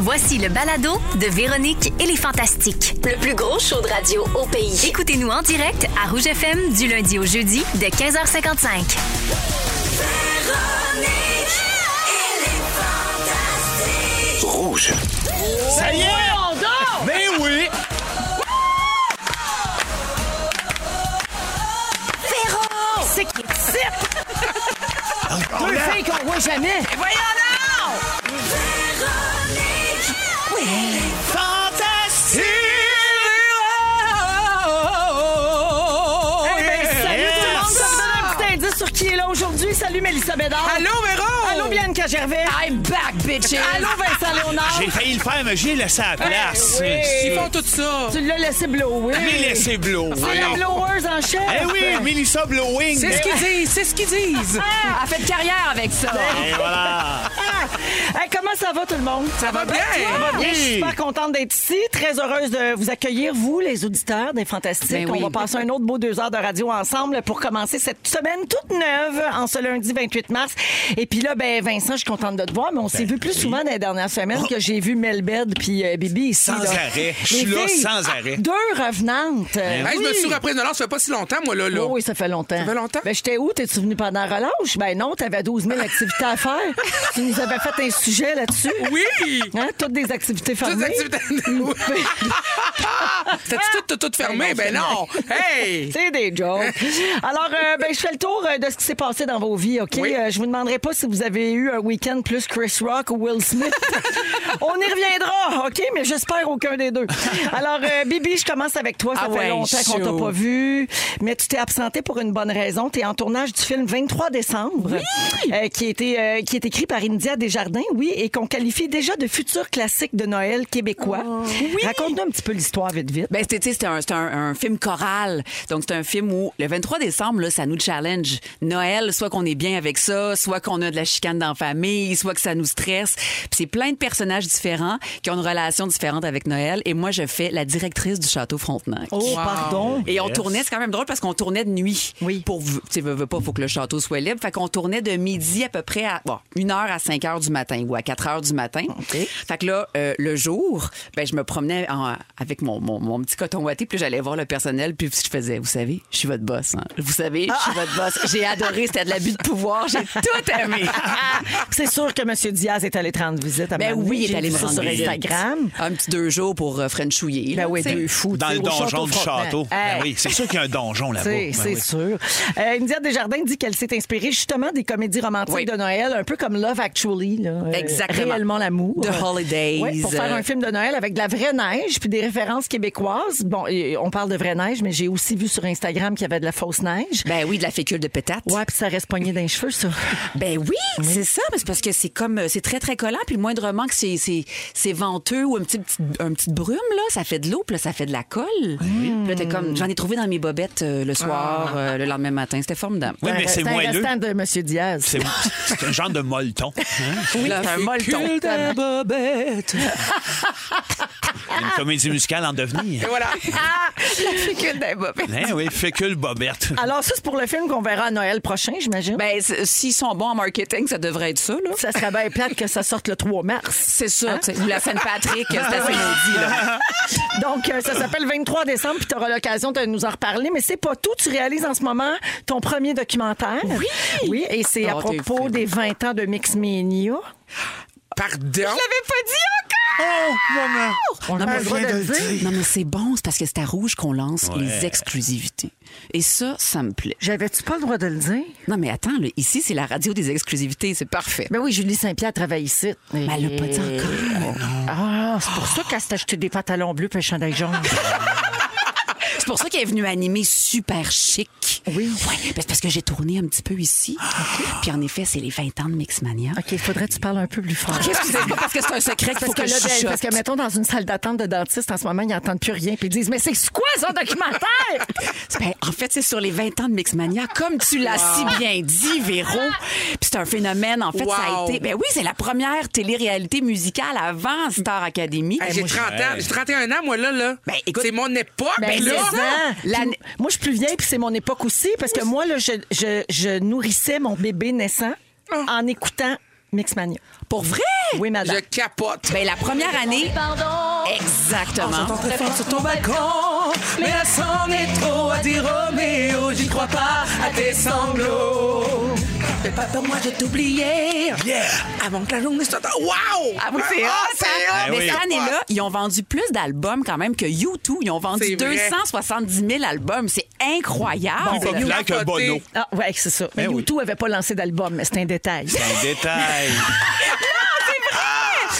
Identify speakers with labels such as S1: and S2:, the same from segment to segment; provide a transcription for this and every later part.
S1: Voici le balado de Véronique et les Fantastiques.
S2: Le plus gros show de radio au pays.
S1: Écoutez-nous en direct à Rouge FM du lundi au jeudi de 15h55.
S3: Rouge.
S4: Ça y est! Mais oui!
S5: C'est qui Deux filles qu'on voit jamais.
S4: Fantastique!
S6: Oh,
S5: Eh ben, salut tout le monde. Ça vous donne un petit indice sur qui est là aujourd'hui. Salut Mélissa Bédard.
S6: Allô, Véro!
S5: Allô Bianca Gervais. I'm back, bitches. Allô Vincent Léonard.
S4: J'ai failli le faire, mais j'ai laissé à la
S6: Ben
S4: place.
S5: oui.
S6: Ils font tout ça.
S5: Tu l'as laissé blower.
S4: Mais laissez blow.
S5: C'est la bloweuse en chef.
S4: Eh oui, Melissa Blowing. Eh
S6: C'est ce qu'ils disent, c'est ce qu'ils disent.
S5: Ah, Elle fait de carrière avec ça.
S4: Et voilà.
S5: Hey, comment ça va tout le monde?
S6: Ça va bien?
S5: toi?
S4: Ça va bien.
S5: Je suis super contente d'être ici. Très heureuse de vous accueillir, vous, les auditeurs des Fantastiques.
S6: Ben oui.
S5: On va passer un autre beau deux heures de radio ensemble pour commencer cette semaine toute neuve en ce lundi 28 mars. Et puis là, ben Vincent, je suis contente de te voir, mais on
S4: Ben
S5: s'est vu plus souvent dans les dernières semaines que j'ai vu Melbed puis euh, Bibi ici.
S4: Sans
S5: là.
S4: arrêt. Je suis
S5: Les
S4: là
S5: filles, ah,
S4: sans arrêt. Ben
S5: Deux revenantes. Euh,
S6: Hey, Je me suis repris de l'or, ça fait pas si longtemps, moi, là. là.
S5: oui, oui, ça fait longtemps.
S6: Ça fait longtemps?
S5: Ben, j'étais où? T'es-tu venu pendant la relâche? Ben non, t'avais 12 000 activités à faire. tu nous avais fait un sujet là-dessus.
S6: Oui!
S5: Hein, Toutes des activités fermées.
S6: Toutes les activités. C'était tout, tout, tout fermé? Ah. Ben non! Hey!
S5: C'est des jokes. Alors, euh, ben, je fais le tour euh, de ce qui s'est passé dans vos vies, OK?
S6: Oui.
S5: Euh, je vous demanderai pas si vous avez eu un week-end plus Chris Rock ou Will Smith. On y reviendra, OK? Mais j'espère aucun des deux. Alors, euh, Bibi, je commence avec toi. Ça
S6: Ah
S5: fait
S6: ben,
S5: longtemps qu'on t'a
S6: chaud.
S5: pas vu, mais tu t'es absenté pour une bonne raison. Tu es en tournage du film 23 décembre, euh, qui, a été, euh, qui est écrit par India Desjardins, oui, et qu'on qualifie déjà de futur classique de Noël québécois.
S6: Oh.
S5: Raconte-nous un petit peu l'histoire, vite, vite.
S7: Ben, c'était, tu sais, c'était un, c'était un- un film choral. Donc, c'est un film où le 23 décembre, là, ça nous challenge. Noël, soit qu'on est bien avec ça, soit qu'on a de la chicane dans la famille, soit que ça nous stresse. Puis c'est plein de personnages différents qui ont une relation différente avec Noël. Et moi, je fais la directrice du Château Frontenac.
S6: Ben,
S5: Oh, pardon.
S7: Et on
S4: Yes.
S7: tournait, c'est quand même drôle parce qu'on tournait de nuit.
S5: Oui.
S7: Pour, tu sais, veux, veux pas, faut que le château soit libre. Fait qu'on tournait de midi à peu près à, bon, 1 heure à 5 heures du matin ou à 4 heures du matin. Fait que là, euh, le jour, ben, je me promenais en- avec mon, mon, mon petit coton ouaté, puis j'allais voir le personnel, puis je faisais, vous savez, je suis votre boss. hein. Vous savez, je suis votre boss. J'ai adoré, c'était de l'abus de pouvoir, j'ai tout aimé.
S5: C'est sûr que M. Diaz est allé te rendre visite à
S7: Ben
S5: Manon.
S7: oui, il
S5: J'ai
S7: est allé
S5: vu
S7: me
S5: ça
S7: rendre
S5: sur
S7: visite.
S5: Instagram.
S7: Un petit deux jours pour euh, frenchouiller.
S5: Ben
S7: là,
S5: oui,
S7: tu sais.
S5: deux fous.
S4: Dans
S5: tu sais,
S4: le
S5: au
S4: donjon du
S5: Frontenac.
S4: château.
S5: Hey,
S4: Ben oui, c'est sûr qu'il y a un donjon là-bas.
S5: tu sais,
S4: Ben
S5: Eh. c'est
S4: oui.
S5: sûr. Euh, India Desjardins dit qu'elle s'est inspirée justement des comédies romantiques
S7: Oui.
S5: de Noël, un peu comme Love Actually. Là, euh,
S7: Exactement.
S5: réellement l'amour.
S7: The Holidays.
S5: Ouais, pour faire un film de Noël avec de la vraie neige puis des références québécoises. Bon, et on parle de vraie neige, mais j'ai aussi vu sur Instagram qu'il y avait de la fausse neige.
S7: Ben oui, de la fécule de pétate.
S5: Ouais, puis ça reste pogné dans les cheveux, ça.
S7: Ben oui, c'est ça, mais c'est parce que c'est comme euh, c'est très très collant, puis le moindrement que c'est c'est c'est venteux ou un petit petit un petit brume là, ça fait de l'eau, puis là ça fait de la colle. Puis là t'es comme j'en ai trouvé dans mes bobettes euh, le soir,
S5: Ah.
S7: euh, le lendemain matin, c'était formidable.
S4: Oui, mais c'est
S5: un
S4: moelleux.
S5: restant de M. Diaz.
S4: C'est c'est un genre de molleton. hein.
S7: Oui, un molleton.
S6: bobette.
S4: Une comédie musicale en devenir.
S6: Et voilà.
S5: Ah!
S4: Ben oui, fécule bobette.
S5: Alors, ça, c'est pour le film qu'on verra à Noël prochain, j'imagine.
S7: Ben c'est- s'ils sont bons en marketing, ça devrait être ça là.
S5: ça serait bien plate que ça sorte le 3 mars.
S7: C'est ça, tu sais, ou la Sainte-Patrick, c'est assez maudit là.
S5: Donc, euh, ça s'appelle 23 décembre, puis tu auras l'occasion de nous en reparler. Mais c'est pas tout. Tu réalises en ce moment ton premier documentaire. Oui. Oui, et c'est à
S7: Oh, t'es
S5: propos
S7: fine.
S5: des 20 ans de Mixmania.
S6: Pardon?
S5: On n'a pas le droit de le dire.
S7: Non mais c'est bon, c'est parce que c'est à rouge qu'on lance les exclusivités. Et ça, ça me plaît.
S5: J'avais-tu pas le droit de le dire?
S7: Non mais attends, là, ici c'est la radio des exclusivités, c'est parfait.
S5: Ben oui, Julie Saint-Pierre travaille ici. Mais
S7: elle l'a pas dit encore.
S5: Ah, c'est pour ça qu'elle s'est acheté des pantalons bleus et un chandail jaune.
S7: C'est pour ça qu'elle est venue animer super chic.
S5: Oui.
S7: Ouais, ben, c'est parce que j'ai tourné un petit peu ici. Puis en effet, c'est les 20 ans de Mixmania.
S5: OK, faudrait que tu parles un peu plus fort.
S7: Qu'est-ce que c'est pas parce que c'est un secret qu'il
S5: Parce
S7: faut
S5: que,
S7: que,
S5: là,
S7: je
S5: ben,
S7: chuchote.
S5: parce que, mettons, dans une salle d'attente de dentiste, en ce moment, ils n'entendent plus rien, puis ils disent Mais c'est quoi, ça, documentaire?
S7: Ben, en fait, c'est sur les 20 ans de Mixmania, comme tu l'as si bien dit, Véro. Puis c'est un phénomène, en fait, ça a
S6: Wow.
S7: été... Ben oui, c'est la première télé-réalité musicale avant Star Academy.
S6: Hey, j'ai 30 ans. J'ai 31 ans, moi, là. là.
S7: Ben, écoute-
S6: c'est mon époque,
S5: Ben,
S6: Ah, là.
S5: c'est ça.
S7: La-
S5: Puis Moi, je suis plus vieille, puis c'est mon époque aussi, parce que moi, là, je, je- je nourrissais mon bébé naissant en écoutant Mixmania.
S7: Pour vrai?
S5: Oui, madame.
S6: Je capote.
S7: Ben, la première année. Exactement.
S6: J'entends très fort sur ton balcon, mais là c'en est trop à dire Roméo, j'y crois pas à tes sanglots. Fais pas peur, moi je t'oubliais.
S4: Yeah!
S6: Avant que la journée soit... Wow!
S7: Ah oui, c'est
S6: Ah,
S7: hot,
S6: c'est
S7: hein?
S6: hot!
S4: Ben
S7: Mais
S4: oui.
S7: cette année-là, ils ont vendu plus d'albums quand même que U2. Ils ont vendu
S6: C'est vrai.
S7: 270 000 albums. C'est incroyable.
S4: Plus populaire que
S6: capoté.
S4: Bono.
S5: Ah, ouais, c'est ça. Mais
S4: Ben oui.
S5: YouTube n'avait pas lancé d'album, mais c'est un détail.
S4: Un détail.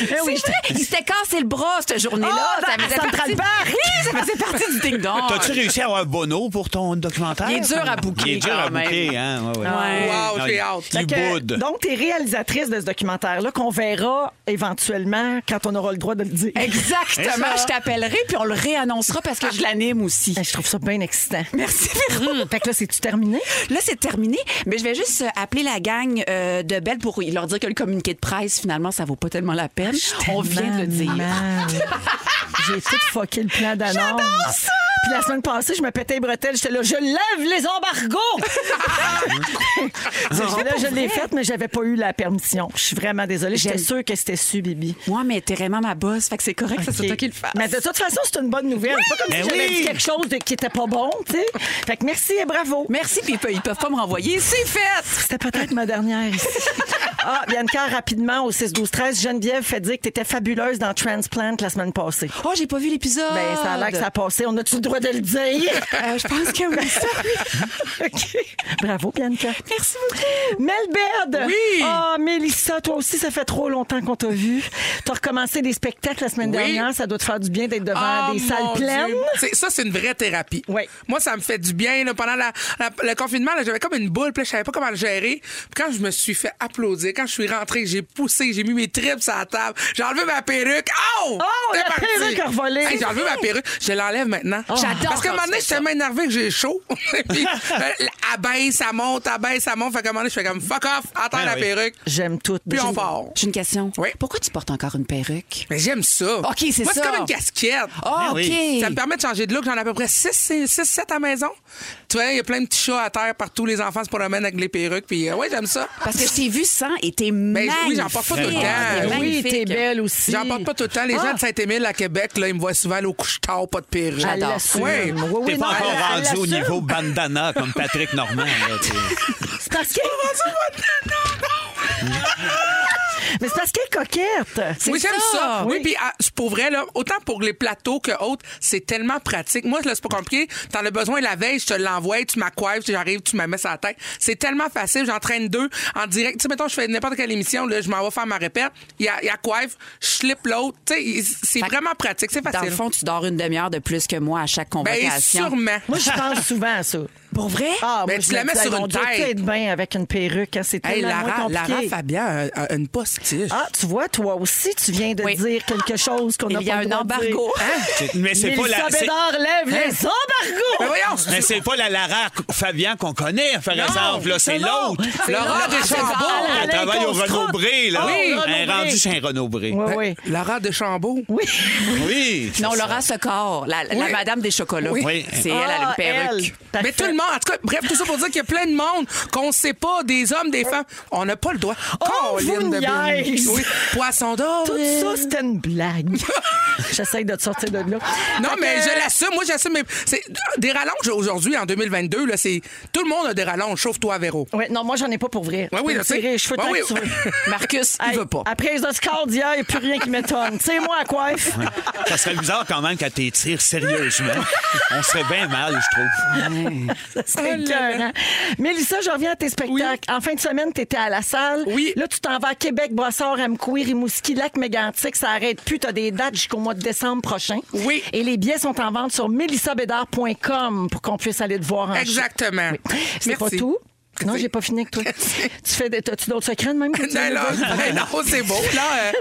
S5: Ben oui,
S7: C'est vrai, il s'était cassé le bras cette journée-là.
S5: Oh, dans- à
S7: faisait
S5: Central
S7: partie-
S5: Park.
S7: Oui, ça faisait partie du ding-dong.
S4: T'as-tu réussi à avoir Bono pour ton documentaire?
S7: Ah. Il est dur à bouquer,
S4: Il est dur
S7: quand
S4: à
S7: même.
S4: bouquer, hein? Ouais, ouais.
S7: Ouais.
S6: Wow,
S4: Non,
S6: j'ai
S4: il-
S6: hâte.
S4: Il
S5: Fait que,
S4: boude.
S5: donc, t'es réalisatrice de ce documentaire-là qu'on verra éventuellement quand on aura le droit de le dire.
S7: Exactement.
S4: C'est ça.
S7: Je t'appellerai puis on le réannoncera parce que je l'anime aussi.
S5: Ben, Je Hmm. trouve ça bien excitant.
S7: Merci, Véro.
S5: Fait que là, c'est-tu terminé?
S7: Là, c'est terminé, mais je vais juste euh, appeler la gang euh, de Belle pour leur dire que le communiqué de presse, finalement, ça vaut pas tellement la peine. On vient de le dire.
S5: Maman, J'ai tout fucké le plan d'annonce. J'adore ça! Puis la semaine passée, je me pétais les bretelles. J'étais là, je lève les embargos! là, je l'ai faite, mais j'avais pas eu la permission. Je suis vraiment désolée. J'étais
S7: J'aime-
S5: sûre que c'était su, Bibi.
S7: Moi, mais t'es vraiment ma boss, fait que c'est correct, que c'est
S5: Ok.
S7: toi qui le fasse.
S5: Mais de toute façon, c'est une bonne nouvelle. C'est pas comme si
S4: Ben
S5: j'avais
S4: oui.
S5: dit quelque chose de- qui était pas bon, tu sais. Fait que merci et bravo.
S7: Merci, puis ils peuvent, ils peuvent pas me renvoyer. C'est fait!
S5: C'était peut-être ma dernière ici. Ah, Bianca, rapidement, au 6-12-13, Geneviève fait dire que t'étais fabuleuse dans Transplant la semaine passée.
S7: Oh, j'ai pas vu l'épisode.
S5: Ben, ça a l'air que ça a passé. On a-tu le droit de le dire?
S7: Euh, je pense que oui. Ça, oui.
S5: OK. Bravo, Bianca.
S7: Merci beaucoup.
S5: Melberd!
S6: Oui!
S5: Ah, Mélissa, toi aussi, ça fait trop longtemps qu'on t'a vu. T'as recommencé des spectacles la semaine
S6: Oui.
S5: dernière. Ça doit te faire du bien d'être devant
S6: Ah,
S5: des
S6: mon
S5: salles
S6: Dieu.
S5: pleines.
S6: C'est- Ça, c'est une vraie thérapie.
S5: Oui.
S6: Moi, ça me fait du bien. là. pendant la- la- le confinement, là, j'avais comme une boule, puis là, je savais pas comment le gérer. Puis quand je me suis fait applaudir, quand je suis rentrée, j'ai poussé, j'ai mis mes tripes à la table, j'ai enlevé ma perruque. Oh!
S5: Oh,
S6: C'est
S5: la
S6: parti.
S5: perruque a revolé.
S6: Hey, j'ai enlevé ma perruque. Je l'enlève maintenant.
S7: J'adore
S6: Parce qu'à un
S7: quand
S6: moment
S7: tu
S6: donné,
S7: fais
S6: je suis tellement énervée que j'ai chaud. puis, euh, abaisse, ça monte, abaisse, ça monte. Fait qu'à un moment donné, je fais comme fuck off, attends
S4: Ben
S6: la
S4: oui.
S6: perruque.
S5: J'aime tout.
S6: Puis on
S5: J'ai-
S6: part.
S7: J'ai une question.
S6: Oui.
S7: Pourquoi tu portes encore une perruque?
S6: Mais j'aime ça.
S7: OK, c'est
S6: Moi,
S7: ça.
S6: c'est comme une casquette.
S7: Ah,
S4: Ben
S7: OK.
S4: oui.
S6: Ça me permet de changer de look. J'en ai à peu près 6, 7 à la maison. Tu vois, il y a plein de petits chats à terre partout. Les enfants se promènent avec les perruques. Puis, euh, ouais, j'aime ça.
S7: Parce que je t'ai vu sans et t'es
S6: oui,
S7: magnifique.
S6: j'en porte pas tout le temps.
S7: T'es
S6: Oui,
S5: Eh Oui,
S7: magnifique.
S5: t'es belle aussi.
S6: J'en porte pas tout le temps. Les
S5: Ah.
S6: gens de Saint-Émile à Québec, là, ils me voient souvent aller au couche-tard, pas de perruque.
S5: Elle
S7: J'adore.
S5: l'assume.
S6: Ouais.
S5: Oui, oui,
S4: T'es pas
S5: non,
S4: encore
S5: elle- elle
S4: rendu au
S5: l'assume.
S4: niveau bandana comme Patrick Normand. là, tu sais.
S5: C'est parce qu'elle. Mais c'est parce qu'elle est coquette.
S7: C'est
S6: Oui, j'aime
S7: ça.
S6: ça. Oui,
S5: Oui.
S6: puis ah, c'est pour vrai, là, autant pour les plateaux que autres, c'est tellement pratique. Moi, là, c'est pas compliqué. T'en as besoin la veille, je te l'envoie, tu m'accoives, j'arrive, tu me mets sur la tête. C'est tellement facile. J'entraîne deux en direct. Tu sais, mettons, je fais n'importe quelle émission, là, je m'en vais faire ma répète. Il y a, il y a coiffe, je slip l'autre. Tu sais, il- c'est
S7: Fait que
S6: vraiment pratique. C'est
S7: Dans
S6: facile.
S7: le fond, tu dors une demi-heure de plus que moi à chaque
S6: ben,
S7: convocation.
S6: sûrement.
S5: Moi, je pense souvent à ça.
S7: Pour vrai?
S5: Ah,
S6: Ben,
S5: moi,
S6: tu
S5: je
S6: la
S5: me
S6: mets
S5: dis,
S6: sur
S5: hey, on
S6: une
S5: doit
S6: tête.
S5: être bien avec une perruque. hein, C'est
S6: Hey,
S5: tellement moins
S6: Lara,
S5: compliqué.
S6: Lara Fabian a, a une postiche.
S5: Ah, tu vois, toi aussi, tu viens de
S7: Oui.
S5: dire quelque chose qu'on
S7: Il
S5: n'a
S7: y a
S5: pas le
S7: un
S5: droit de dire.
S7: embargo.
S6: Hein?
S4: C'est- Mais c'est pas la.
S5: Mélissa
S4: c'est- Hein?
S5: Bédard lève les embargos!
S6: Mais Ben, voyons,
S4: Mais c'est pas la Lara Fabian qu'on connaît, par exemple. là, C'est l'autre.
S6: Laura Deschambault.
S5: Alain
S4: Elle travaille au
S5: Construct.
S4: Renaud-Bré. là.
S5: Ah,
S4: Elle
S5: au
S4: est
S5: Renaud-Bré.
S4: rendue chez un Renaud-Bré.
S5: Oui, oui.
S6: Ben, Laura Deschambault.
S5: Oui.
S4: Oui.
S7: Non, Laura Secor, la, la
S6: Oui.
S7: madame des chocolats.
S4: Oui.
S7: C'est elle, elle a
S5: Ah,
S7: une perruque.
S5: elle.
S6: Mais tout le monde, en tout cas, bref, tout ça pour dire qu'il y a plein de monde qu'on ne sait pas, des hommes, des femmes. On n'a pas le droit.
S5: Oh,
S6: Colline
S5: vous
S6: de
S5: niaise.
S6: Béni. Oui, poisson d'or.
S5: Tout ça, c'était une blague. J'essaye de te sortir de là.
S6: Non,
S5: Fait que-
S6: mais je l'assume. Moi, j'assume. mes- c'est- Des rallonges aujourd'hui, en 2022, là, c'est... tout le monde a des rallonges, sauf toi, Véro.
S5: Ouais, non, moi, j'en ai pas pour vrai.
S6: Ouais,
S5: Tu
S6: oui,
S5: peux
S6: je
S5: me
S6: sais.
S5: tirer les cheveux
S6: Ouais,
S5: tant
S6: oui.
S5: que tu veux. Ah,
S7: Marcus, il
S5: Hey,
S7: veut pas.
S5: Après les Oscars d'hier, il n'y a plus rien qui m'étonne. Tu sais, moi, à coiffe.
S4: Ça serait bizarre quand même qu'elle t'étire sérieusement. On serait bien mal, je trouve.
S5: C'est écœurant. Oh Mélissa, je reviens à tes spectacles. En fin de semaine, tu étais à la salle.
S6: Oui.
S5: Là, tu t'en vas à Québec, Brossard, Amkoui, Rimouski, Lac Mégantic. Ça arrête plus. Tu as des dates jusqu'au mois de décembre prochain.
S6: Oui.
S5: Et les billets sont en vente sur mélissabédard.com pour qu'on puisse aller te voir en show.
S6: Exactement.
S5: C'est pas
S6: Merci.
S5: tout? Non,
S6: Merci.
S5: j'ai pas fini avec toi.
S6: Merci.
S5: Tu fais des- t'as-tu d'autres secrets de même que tu
S6: Non,
S5: viens de
S6: là,
S5: dire?
S6: ben non, c'est beau. Là, euh,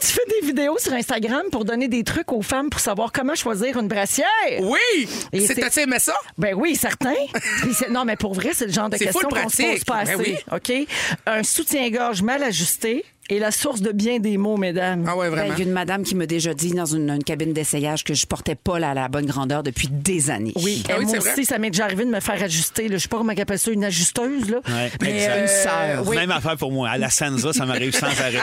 S5: Tu fais des vidéos sur Instagram pour donner des trucs aux femmes pour savoir comment choisir une brassière.
S6: oui!
S5: Et
S6: C'est-
S5: c'est-
S6: T'as-tu aimé ça?
S5: Ben oui, certain. Puis c'est- non, mais pour vrai, c'est le genre de
S6: C'est
S5: question
S6: full Ben
S5: qu'on se
S6: pratique.
S5: pose pas assez.
S6: Ben oui.
S5: OK? Un soutien-gorge mal ajusté. est la source de bien des mots, mesdames.
S6: Ah ouais,
S7: Ben, Il
S6: vraiment.
S7: y a une madame qui m'a déjà dit dans une, une cabine d'essayage que je portais pas la, la bonne grandeur depuis des années.
S5: Oui,
S6: Ah oui,
S5: moi
S6: c'est vrai.
S5: aussi, ça m'est déjà arrivé de me faire ajuster. là. Je ne sais pas comment on appelle ça, une ajusteuse. Là.
S4: Ouais,
S5: Mais,
S4: exact.
S5: euh,
S4: Une
S7: sœur.
S5: oui.
S4: Même affaire pour moi. À la Sansa, ça m'arrive sans arrêt.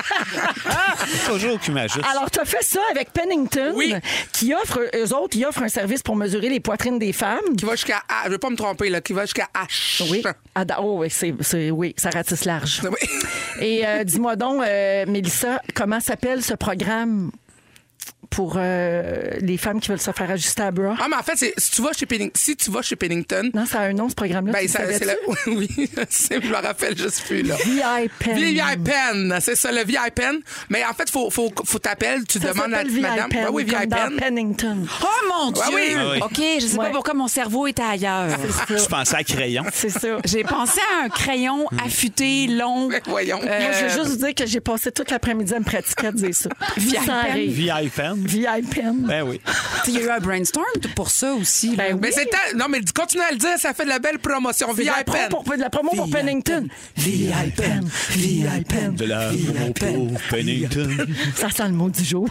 S4: Toujours qui m'ajuste.
S5: euh, Alors, tu as fait ça avec Pennington,
S6: Oui.
S5: qui offre, eux autres, ils offrent un service pour mesurer les poitrines des femmes.
S6: Qui va jusqu'à H. Je veux pas me tromper, là. Qui va jusqu'à H.
S5: Oui. Ah, da- oh, oui, c'est, c'est- oui, ça ratisse large.
S6: Oui.
S5: Et euh, dis-moi donc, euh, Mélissa, comment s'appelle ce programme pour euh, les femmes qui veulent se faire ajuster à bras?
S6: Ah, mais en fait, c'est- si tu vas chez Penning- si tu vas chez Pennington,
S5: Non, ça a un nom, ce programme-là.
S6: ben,
S5: tu le
S6: ça-
S5: savais-tu?
S6: c'est le. Oui, c'est- je me rappelle juste plus, là.
S5: VIPen.
S6: VIPen, c'est ça, le VIPen. Mais en fait, faut, faut, faut t'appeler, tu
S5: Ça
S6: demandes à la
S5: s'appelle
S6: petite madame.
S5: VIPen,
S6: Ben oui,
S5: comme dans
S6: VIPen.
S5: Pennington.
S7: Oh mon Dieu!
S6: Ah oui.
S4: Ah oui.
S7: OK, je sais
S5: Ouais.
S7: pas pourquoi mon cerveau est ailleurs.
S4: Je pensais à crayon.
S5: C'est ça.
S7: J'ai pensé à un crayon affûté, long.
S6: Ben, Voyons.
S5: Moi, je veux juste vous dire que j'ai passé toute l'après-midi à me pratiquer à dire ça. Sans
S7: Pen.
S5: rire.
S4: VIPen.
S5: VIPen.
S4: Ben oui.
S7: Tu sais, Il y a eu un brainstorm pour ça aussi. là.
S5: Ben oui.
S6: Euh, Mais c'est ta- Non, mais continue à le dire, ça fait de la belle promotion.
S5: C'est de la
S6: VIPen.
S5: promo pour, de la promo pour Pennington. VIPen. VIPen.
S4: De la pour Pennington.
S5: Ça sent le mot du jour.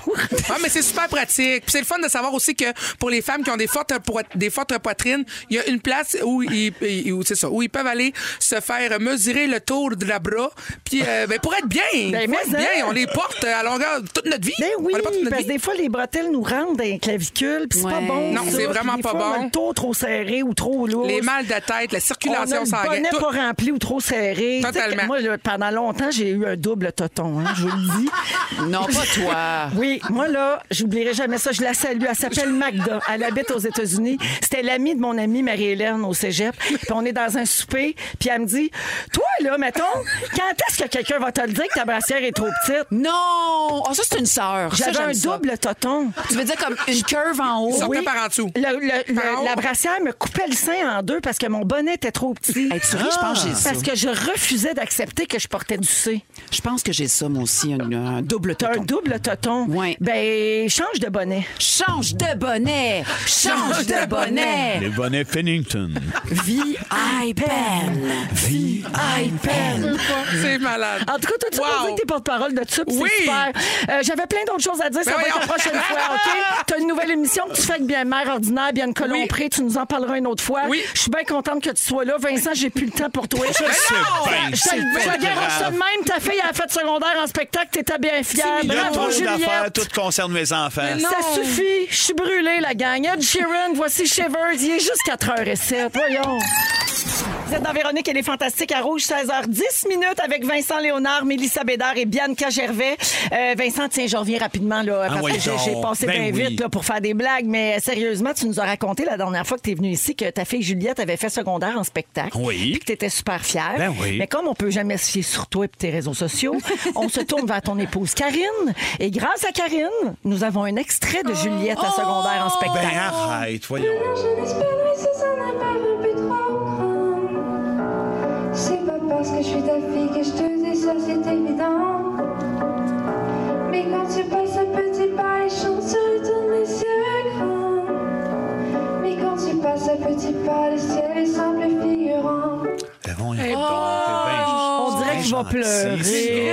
S6: Ah, mais c'est super pratique. Puis c'est le fun de savoir aussi que pour les femmes qui ont des fortes, poi- des fortes poitrines, il y a une place où ils, ils- où, c'est ça, où ils peuvent aller se faire mesurer le tour de la bras. Puis euh, ben, pour être bien,
S5: Ben,
S6: pour
S5: mais
S6: être
S5: ça.
S6: bien, on les porte à longueur toute notre vie.
S5: Ben oui,
S6: on les porte toute notre
S5: parce que
S6: vie.
S5: des fois, les bretelles nous rendent dans les clavicules, puis c'est pas
S7: Ouais.
S5: bon.
S6: Non,
S5: ça.
S6: c'est
S5: Puis
S6: vraiment
S5: des
S6: pas
S5: fois, on a
S6: bon.
S5: Le taux trop serré ou trop lourd.
S6: Les mal de tête, la circulation
S5: on a le
S6: sanguine.
S5: bonnet
S6: tout.
S5: pas rempli ou trop serré. Tu sais que
S6: Totalement.
S5: Moi, là, pendant longtemps, j'ai eu un double toton, hein, je vous le dis.
S7: Ben, Non, pas toi.
S5: Oui, moi là, j'oublierai jamais ça. Je la salue. Elle s'appelle Magda. Elle habite aux États-Unis. C'était l'amie de mon amie Marie-Hélène au cégep. Puis on est dans un souper. Puis elle me dit Toi là, mettons, quand est-ce que quelqu'un va te le dire que ta brassière est trop petite
S7: Non! Oh, ça, c'est une sœur. Ça,
S5: J'avais un
S7: j'aime ça.
S5: double toton.
S7: Tu veux dire comme une curve en haut?
S6: Sortait par en dessous.
S5: Le- le- le-
S6: Par en haut.
S5: la brassière me coupait le sein en deux parce que mon bonnet était trop petit.
S7: Hey, tu ris, je pense que j'ai ça.
S5: Parce que je refusais d'accepter que je portais du C.
S7: Je pense que j'ai ça, moi aussi, un, un double
S5: T'as un
S7: toton.
S5: double toton.
S7: Ouais.
S5: Ben, change de bonnet.
S7: Change de bonnet! Change de bonnet!
S4: Les bonnets Pennington.
S7: V.I.P.E.N. V.I.P.E.N.
S6: C'est malade.
S5: En tout cas, toi, tu
S6: Wow.
S5: peux dire que t'es porte-parole de tube,
S6: Oui.
S5: c'est super. Euh, J'avais plein d'autres choses à dire, ça
S6: Ben
S5: va être la
S6: voyons.
S5: prochaine fois, OK? T'as une nouvelle émission que tu fais avec bien mère ordinaire, bien Colompré, tu nous en parleras une autre fois.
S6: Oui.
S5: Je suis bien contente que tu sois là. Vincent, j'ai plus le temps pour toi. Je
S4: sais bien,
S5: Je
S4: Ben, c'est
S5: je
S4: pas
S5: garde
S4: grave.
S5: ça de même. Ta fille a fait secondaire en spectacle, t'étais bien fière.
S4: Il y a
S5: Bravo,
S4: trop d'affaires,
S5: Juliette.
S4: tout concerne mes enfants.
S5: Ça suffit, je suis brûlée, la gang. Ed Sheeran, voici Shivers, il est juste 4h07. Voyons. Vous êtes dans Véronique, elle est fantastique à Rouge, 16h10 minutes avec Vincent Léonard, Mélissa Bédard et Bianca Gervais. Euh, Vincent, tiens, je reviens rapidement, là, parce
S4: oui,
S5: que j'ai-
S4: donc.
S5: j'ai passé
S4: Ah, Ben
S5: bien
S4: oui.
S5: vite, là, pour faire des blagues, mais euh, sérieusement, tu nous as raconté la dernière fois que tu es venue ici que ta fille Juliette avait fait secondaire en spectacle.
S4: Oui.
S5: Puis que tu étais super fière.
S4: Ben oui.
S5: Mais comme on peut jamais se fier sur toi et puis tes réseaux sociaux, on se tourne vers ton épouse Karine. Et grâce à Karine, nous avons un extrait de Juliette à secondaire en
S4: Ben
S5: spectacle.
S4: arrête, voyons.
S8: Je n'espérais que ça n'a pas rompu trop grand. C'est pas parce que je suis ta fille que je te dis ça, c'est évident. Mais quand tu passes un petit pas, les chances se retournent les cieux grands. Mais quand tu passes un petit pas, le ciel est simple et figurant.
S4: Ben voyons donc, eh t'es bien-
S5: Eh On dirait
S4: bien
S5: que je vais
S4: Oh, ben, gentil,
S5: pleurer.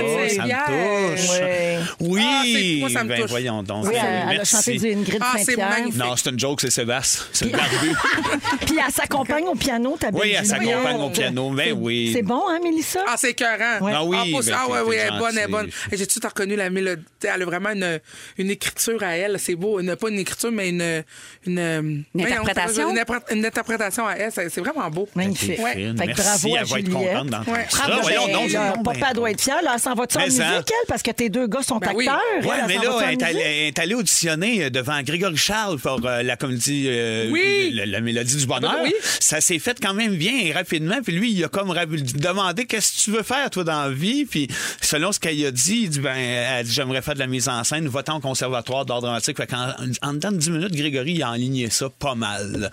S4: ça, Ça me
S6: Juliette.
S4: touche.
S5: Ouais.
S4: Oui,
S6: Ah, c'est- moi, ça me
S4: ben
S6: touche.
S4: voyons donc.
S5: Oui,
S4: ben
S5: elle, elle a
S4: merci.
S5: chanté du Ingrid
S6: Ah, c'est
S5: Saint-Pierre.
S6: magnifique.
S4: Non, c'est une joke, c'est Sébastien. C'est le barbu.
S5: Puis elle s'accompagne au piano, ta belle
S4: Oui, elle
S5: Juliette.
S4: s'accompagne au piano. Ben oui.
S5: C'est bon, hein, Mélissa?
S6: Ah, c'est écœurant.
S5: Ouais.
S4: Ah oui,
S6: Ah, pour-
S4: ben,
S6: ah
S4: t'es-
S6: ouais,
S4: t'es
S6: oui, elle est bonne, elle est bonne.
S4: gentille.
S6: Et J'ai tout reconnu la mélodie. Elle a vraiment une, une écriture à elle. C'est beau. Une, pas une écriture, mais une. Une, voyons,
S7: interprétation?
S6: Une, appré- une interprétation à elle. C'est c'est vraiment beau.
S5: Magnifique.
S4: T'es
S5: Ouais.
S4: fine.
S5: Fait que
S4: Merci,
S5: bravo à
S4: elle va être
S5: Juliette.
S4: contente d'entendre
S6: Ouais.
S4: ça.
S5: Ah,
S6: Bravo,
S4: Voyons
S5: ben,
S4: donc,
S6: Juliette.
S4: c'est
S5: là,
S4: bon, ben,
S5: papa doit être fier. Là, elle s'en va-tu en
S4: Mais
S5: musique,
S4: ça-
S5: elle? Parce que tes deux gars sont
S6: Ben oui.
S5: acteurs. elle,
S4: Ouais,
S5: elle
S4: mais
S5: s'en
S4: là,
S5: va-tu en
S4: elle est, allée,
S5: musique?
S4: elle est allée auditionner euh, devant Grégory Charles pour euh, la comédie, euh,
S6: Oui.
S4: la, la mélodie du bonheur.
S6: Oui.
S4: Ça s'est fait quand même bien et rapidement. Puis lui, il a comme ra- demandé qu'est-ce que tu veux faire, toi, dans la vie. Puis selon ce qu'elle a dit, il dit, ben, elle dit, j'aimerais faire de la mise en scène, va-t'en au conservatoire d'art dramatique. Fait qu'en en dedans de 10 minutes, Grégory, il a enligné ça pas mal.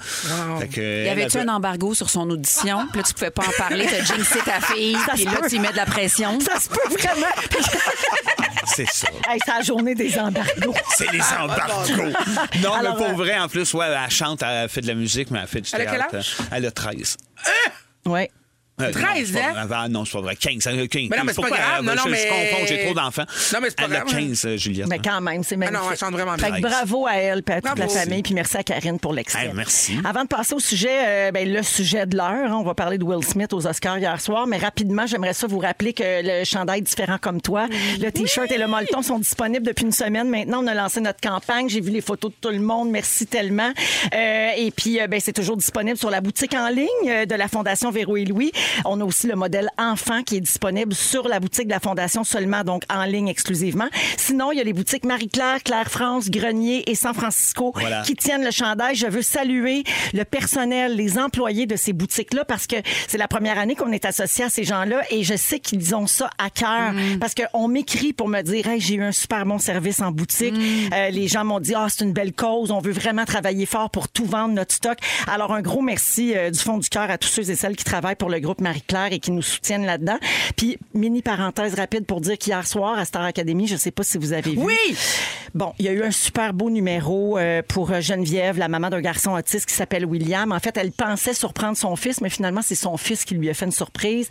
S4: Fait que,
S7: Il y
S4: elle
S7: avait-tu
S4: avait-
S7: un embargo sur son audition? Puis là, tu pouvais pas en parler. T'as jinxé ta fille. Puis
S5: se
S7: là,
S5: peut.
S7: tu y mets de la pression.
S5: Ça se peut vraiment.
S4: C'est ça.
S5: Hey, c'est la journée des embargos.
S4: C'est les embargos. Non,
S5: Alors,
S4: mais pour
S5: euh,
S4: vrai, en plus, ouais, elle chante, elle fait de la musique, mais elle fait du
S6: Elle a
S4: théâtre.
S6: quel âge?
S4: Elle a 13.
S5: Ouais.
S4: Euh,
S6: 13
S4: non,
S6: ans?
S4: c'est pas vrai. Ah, non, c'est pas vrai. 15. euh, 15.
S6: hein? Mais non, mais c'est pas
S4: Pourquoi?
S6: grave. Non,
S4: Ah, ben,
S6: non,
S4: je, je
S6: mais-
S4: confonds, j'ai trop d'enfants.
S6: Non, mais c'est pas
S4: Elle a
S6: grave.
S4: 15, euh, Juliette.
S5: Mais quand même, c'est magnifique.
S6: Ah non, elle chante vraiment
S5: Fait que
S6: bien.
S5: bravo à elle, puis à toute la
S6: Bravo.
S5: famille, puis merci à Karine pour l'extrait.
S4: Hey, merci.
S5: Avant de passer au sujet, euh, ben, le sujet de l'heure, hein, on va parler de Will Smith aux Oscars hier soir, mais rapidement, j'aimerais ça vous rappeler que le chandail différent comme toi, le T-shirt et le molleton sont disponibles depuis une semaine. Maintenant, on a lancé notre campagne. J'ai vu les photos de tout le monde. Merci tellement. Euh, et puis, euh, ben, c'est toujours disponible sur la boutique en ligne euh, de la Fondation Véro et Louis. On a aussi le modèle enfant qui est disponible sur la boutique de la Fondation seulement, donc en ligne exclusivement. Sinon, il y a les boutiques Marie-Claire, Claire-France, Grenier et San Francisco
S4: Voilà.
S5: qui tiennent le chandail. Je veux saluer le personnel, les employés de ces boutiques-là parce que c'est la première année qu'on est associé à ces gens-là et je sais qu'ils ont ça à cœur parce qu'on m'écrit pour me dire hey, j'ai eu un super bon service en boutique. Euh, les gens m'ont dit ah c'est une belle cause, on veut vraiment travailler fort pour tout vendre notre stock. Alors un gros merci euh, du fond du cœur à tous ceux et celles qui travaillent pour le groupe Marie-Claire et qui nous soutiennent là-dedans. Puis mini parenthèse rapide pour dire qu'hier soir à Star Academy, je sais pas si vous avez vu.
S7: Oui!
S5: Bon, il y a eu un super beau numéro euh, pour euh, Geneviève, la maman d'un garçon autiste qui s'appelle William. En fait, elle pensait surprendre son fils, mais finalement, c'est son fils qui lui a fait une surprise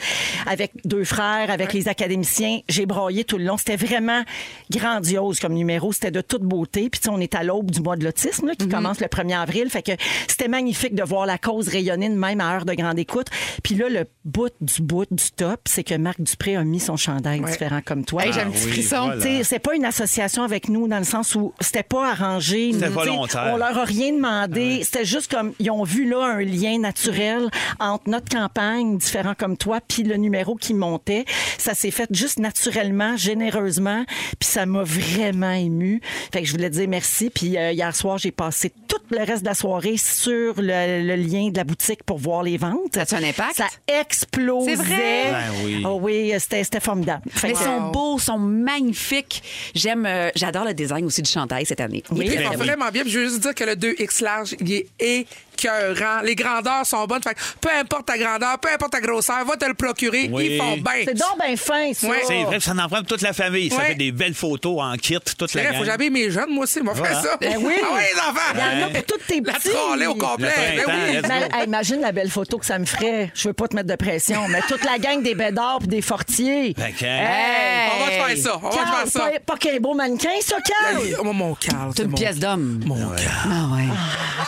S5: avec deux frères, avec les académiciens. J'ai broyé tout le long. C'était vraiment grandiose comme numéro. C'était de toute beauté. Puis, tu sais, on est à l'aube du mois de l'autisme là, qui commence le 1er avril. Fait que c'était magnifique de voir la cause rayonner de même à heure de grande écoute. Puis là, le bout du bout du top, c'est que Marc Dupré a mis son chandail différent comme toi.
S7: Hey, j'ai un petit
S4: Ah oui,
S7: frisson.
S4: voilà.
S5: T'sais, c'est pas une association avec nous dans le sens où c'était pas arrangé.
S4: C'était
S5: T'sais,
S4: volontaire. Ah
S5: On leur a rien demandé. C'était juste comme ils ont vu là un lien naturel entre notre campagne, différent comme toi, puis le numéro qui montait. Ça s'est fait juste naturellement, généreusement, puis ça m'a vraiment ému. Fait que je voulais te dire merci. Puis euh, hier soir, j'ai passé tout le reste de la soirée sur le, le lien de la boutique pour voir les ventes.
S7: Ça a-tu un impact?
S5: Ça explosait.
S7: C'est vrai?
S4: Ben oui.
S5: Oh oui, c'était c'était formidable. Fait
S7: Mais
S5: que- euh,
S7: ils sont beaux, ils sont magnifiques. J'aime, euh, j'adore le design aussi du chandail cette année. Il est
S5: Oui.
S7: très,
S6: Ils
S7: très
S6: sont
S4: Ben
S7: beau.
S6: vraiment bien. Puis Je veux juste dire que le 2X large, il est écœurant. Les grandeurs sont bonnes. Fait que peu importe ta grandeur, peu importe ta grosseur, va te le procurer.
S4: Oui.
S6: Ils font bien.
S5: C'est donc bien fin, ça.
S6: Ouais.
S4: C'est vrai, ça en prend pour toute la famille. Ça
S6: Ouais.
S4: fait des belles photos en kit, toute
S6: C'est
S4: la
S6: vrai,
S4: gang.
S6: faut jamais mes jeunes, moi aussi, moi, faire
S4: Voilà.
S6: ça.
S5: Ben oui.
S6: Ah oui, les enfants!
S5: Il y en a pour toutes tes
S6: La
S5: petits.
S6: trollée au complet.
S4: Le printemps,
S6: Ben oui.
S4: let's go.
S5: Ma- hey, imagine la belle photo que ça me ferait. Je veux pas te mettre de pression, mais toute la gang des Bédards puis des Fortiers.
S4: Fait que- hein?
S6: On va te faire ça. On va te faire
S5: Carl,
S6: ça.
S5: pas, pas qu'un beau mannequin, ça, Carl!
S6: Oh, mon Carl.
S7: C'est une
S6: mon-
S7: pièce d'homme.
S6: Mon Carl.
S7: Ah ouais.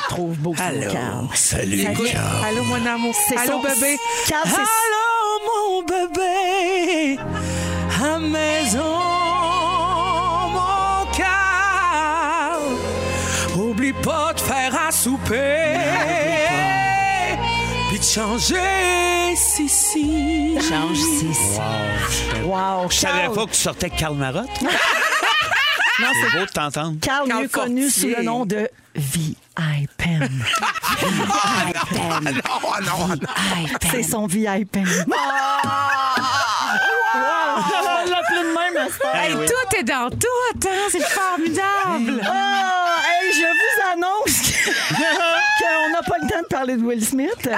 S5: Je trouve beau, ça, Carl.
S4: Salut,
S5: Salut.
S4: Carl.
S6: Allô, mon amour.
S5: C'est
S6: Allô,
S5: son-
S6: bébé.
S5: Carl, c'est-
S6: Allô, mon bébé. À maison, mon Carl. Oublie pas de faire à souper. Puis de changer, si, si.
S7: Change, c'est
S5: Wow,
S4: Je
S5: Carl.
S4: savais pas que tu sortais avec Carl Marotte. c'est beau de t'entendre.
S5: Carl,
S6: Carl
S5: mieux connu sous
S6: Fortier.
S5: le nom de VIPM.
S4: Ben.
S6: Ah non, ah non, ah non.
S5: C'est son VIPM. E
S4: Ah!
S5: Wow! On l'appelle de même, à cette heure.
S4: Eh oui.
S7: Tout est dans tout, hein? c'est formidable.
S5: Ah, hey, je vous annonce que- qu'on n'a pas le temps de parler de Will Smith.
S7: Ah!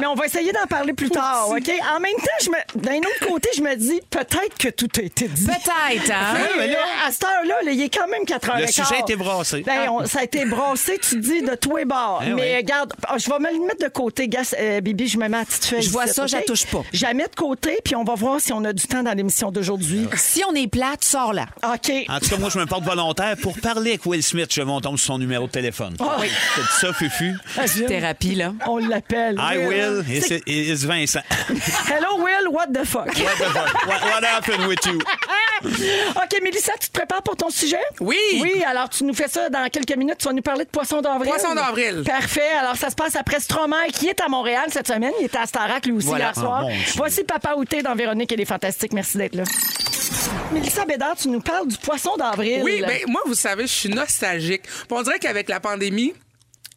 S5: Mais on va essayer d'en parler plus tard, OK? En même temps, je me- d'un autre côté, je me dis peut-être que tout a été dit.
S7: Peut-être, hein?
S5: Mais là, à cette heure-là, là, il est quand même 4 h
S4: Le sujet a été brassé.
S5: Ben, on- ça a été brassé, tu dis, de tous les bords.
S4: Eh
S5: Mais
S4: oui.
S5: regarde, ah, je vais me le mettre de côté, Gas- euh, Bibi, je me mets à petite feuille.
S7: Je vois
S5: ici,
S7: ça,
S5: OK?
S7: je la touche pas.
S5: Je la mets de côté, puis on va voir si on a du temps dans l'émission d'aujourd'hui.
S7: Si on est plate, sors là.
S4: Ah.
S5: OK.
S7: Ah,
S4: En tout cas, moi, je me porte volontaire pour parler avec Will Smith. Je m'en tombe sur son numéro de téléphone.
S5: oui.
S4: T'as dit ça, Fufu?
S7: Thérapie, là.
S5: On l'appelle.
S4: I will.
S5: C'est-
S4: It's, it's Vincent.
S5: Hello, Will, what the fuck?
S4: What the fuck? What, what happened with you?
S5: OK, Mélissa, tu te prépares pour ton sujet?
S6: Oui.
S5: Oui, alors tu nous fais ça dans quelques minutes. Tu vas nous parler de Poisson d'avril.
S6: Poisson d'avril.
S5: Parfait. Alors, ça se passe après Stromae, qui est à Montréal cette semaine. Il était à Starac, lui aussi,
S7: Voilà.
S5: hier soir.
S4: Ah, mon Dieu.
S5: Voici Papa Outé dans Véronique et les Fantastiques. Merci d'être là. Mélissa Bédard, tu nous parles du Poisson d'avril.
S6: Oui, ben, moi, vous savez, je suis nostalgique. Puis on dirait qu'avec la pandémie,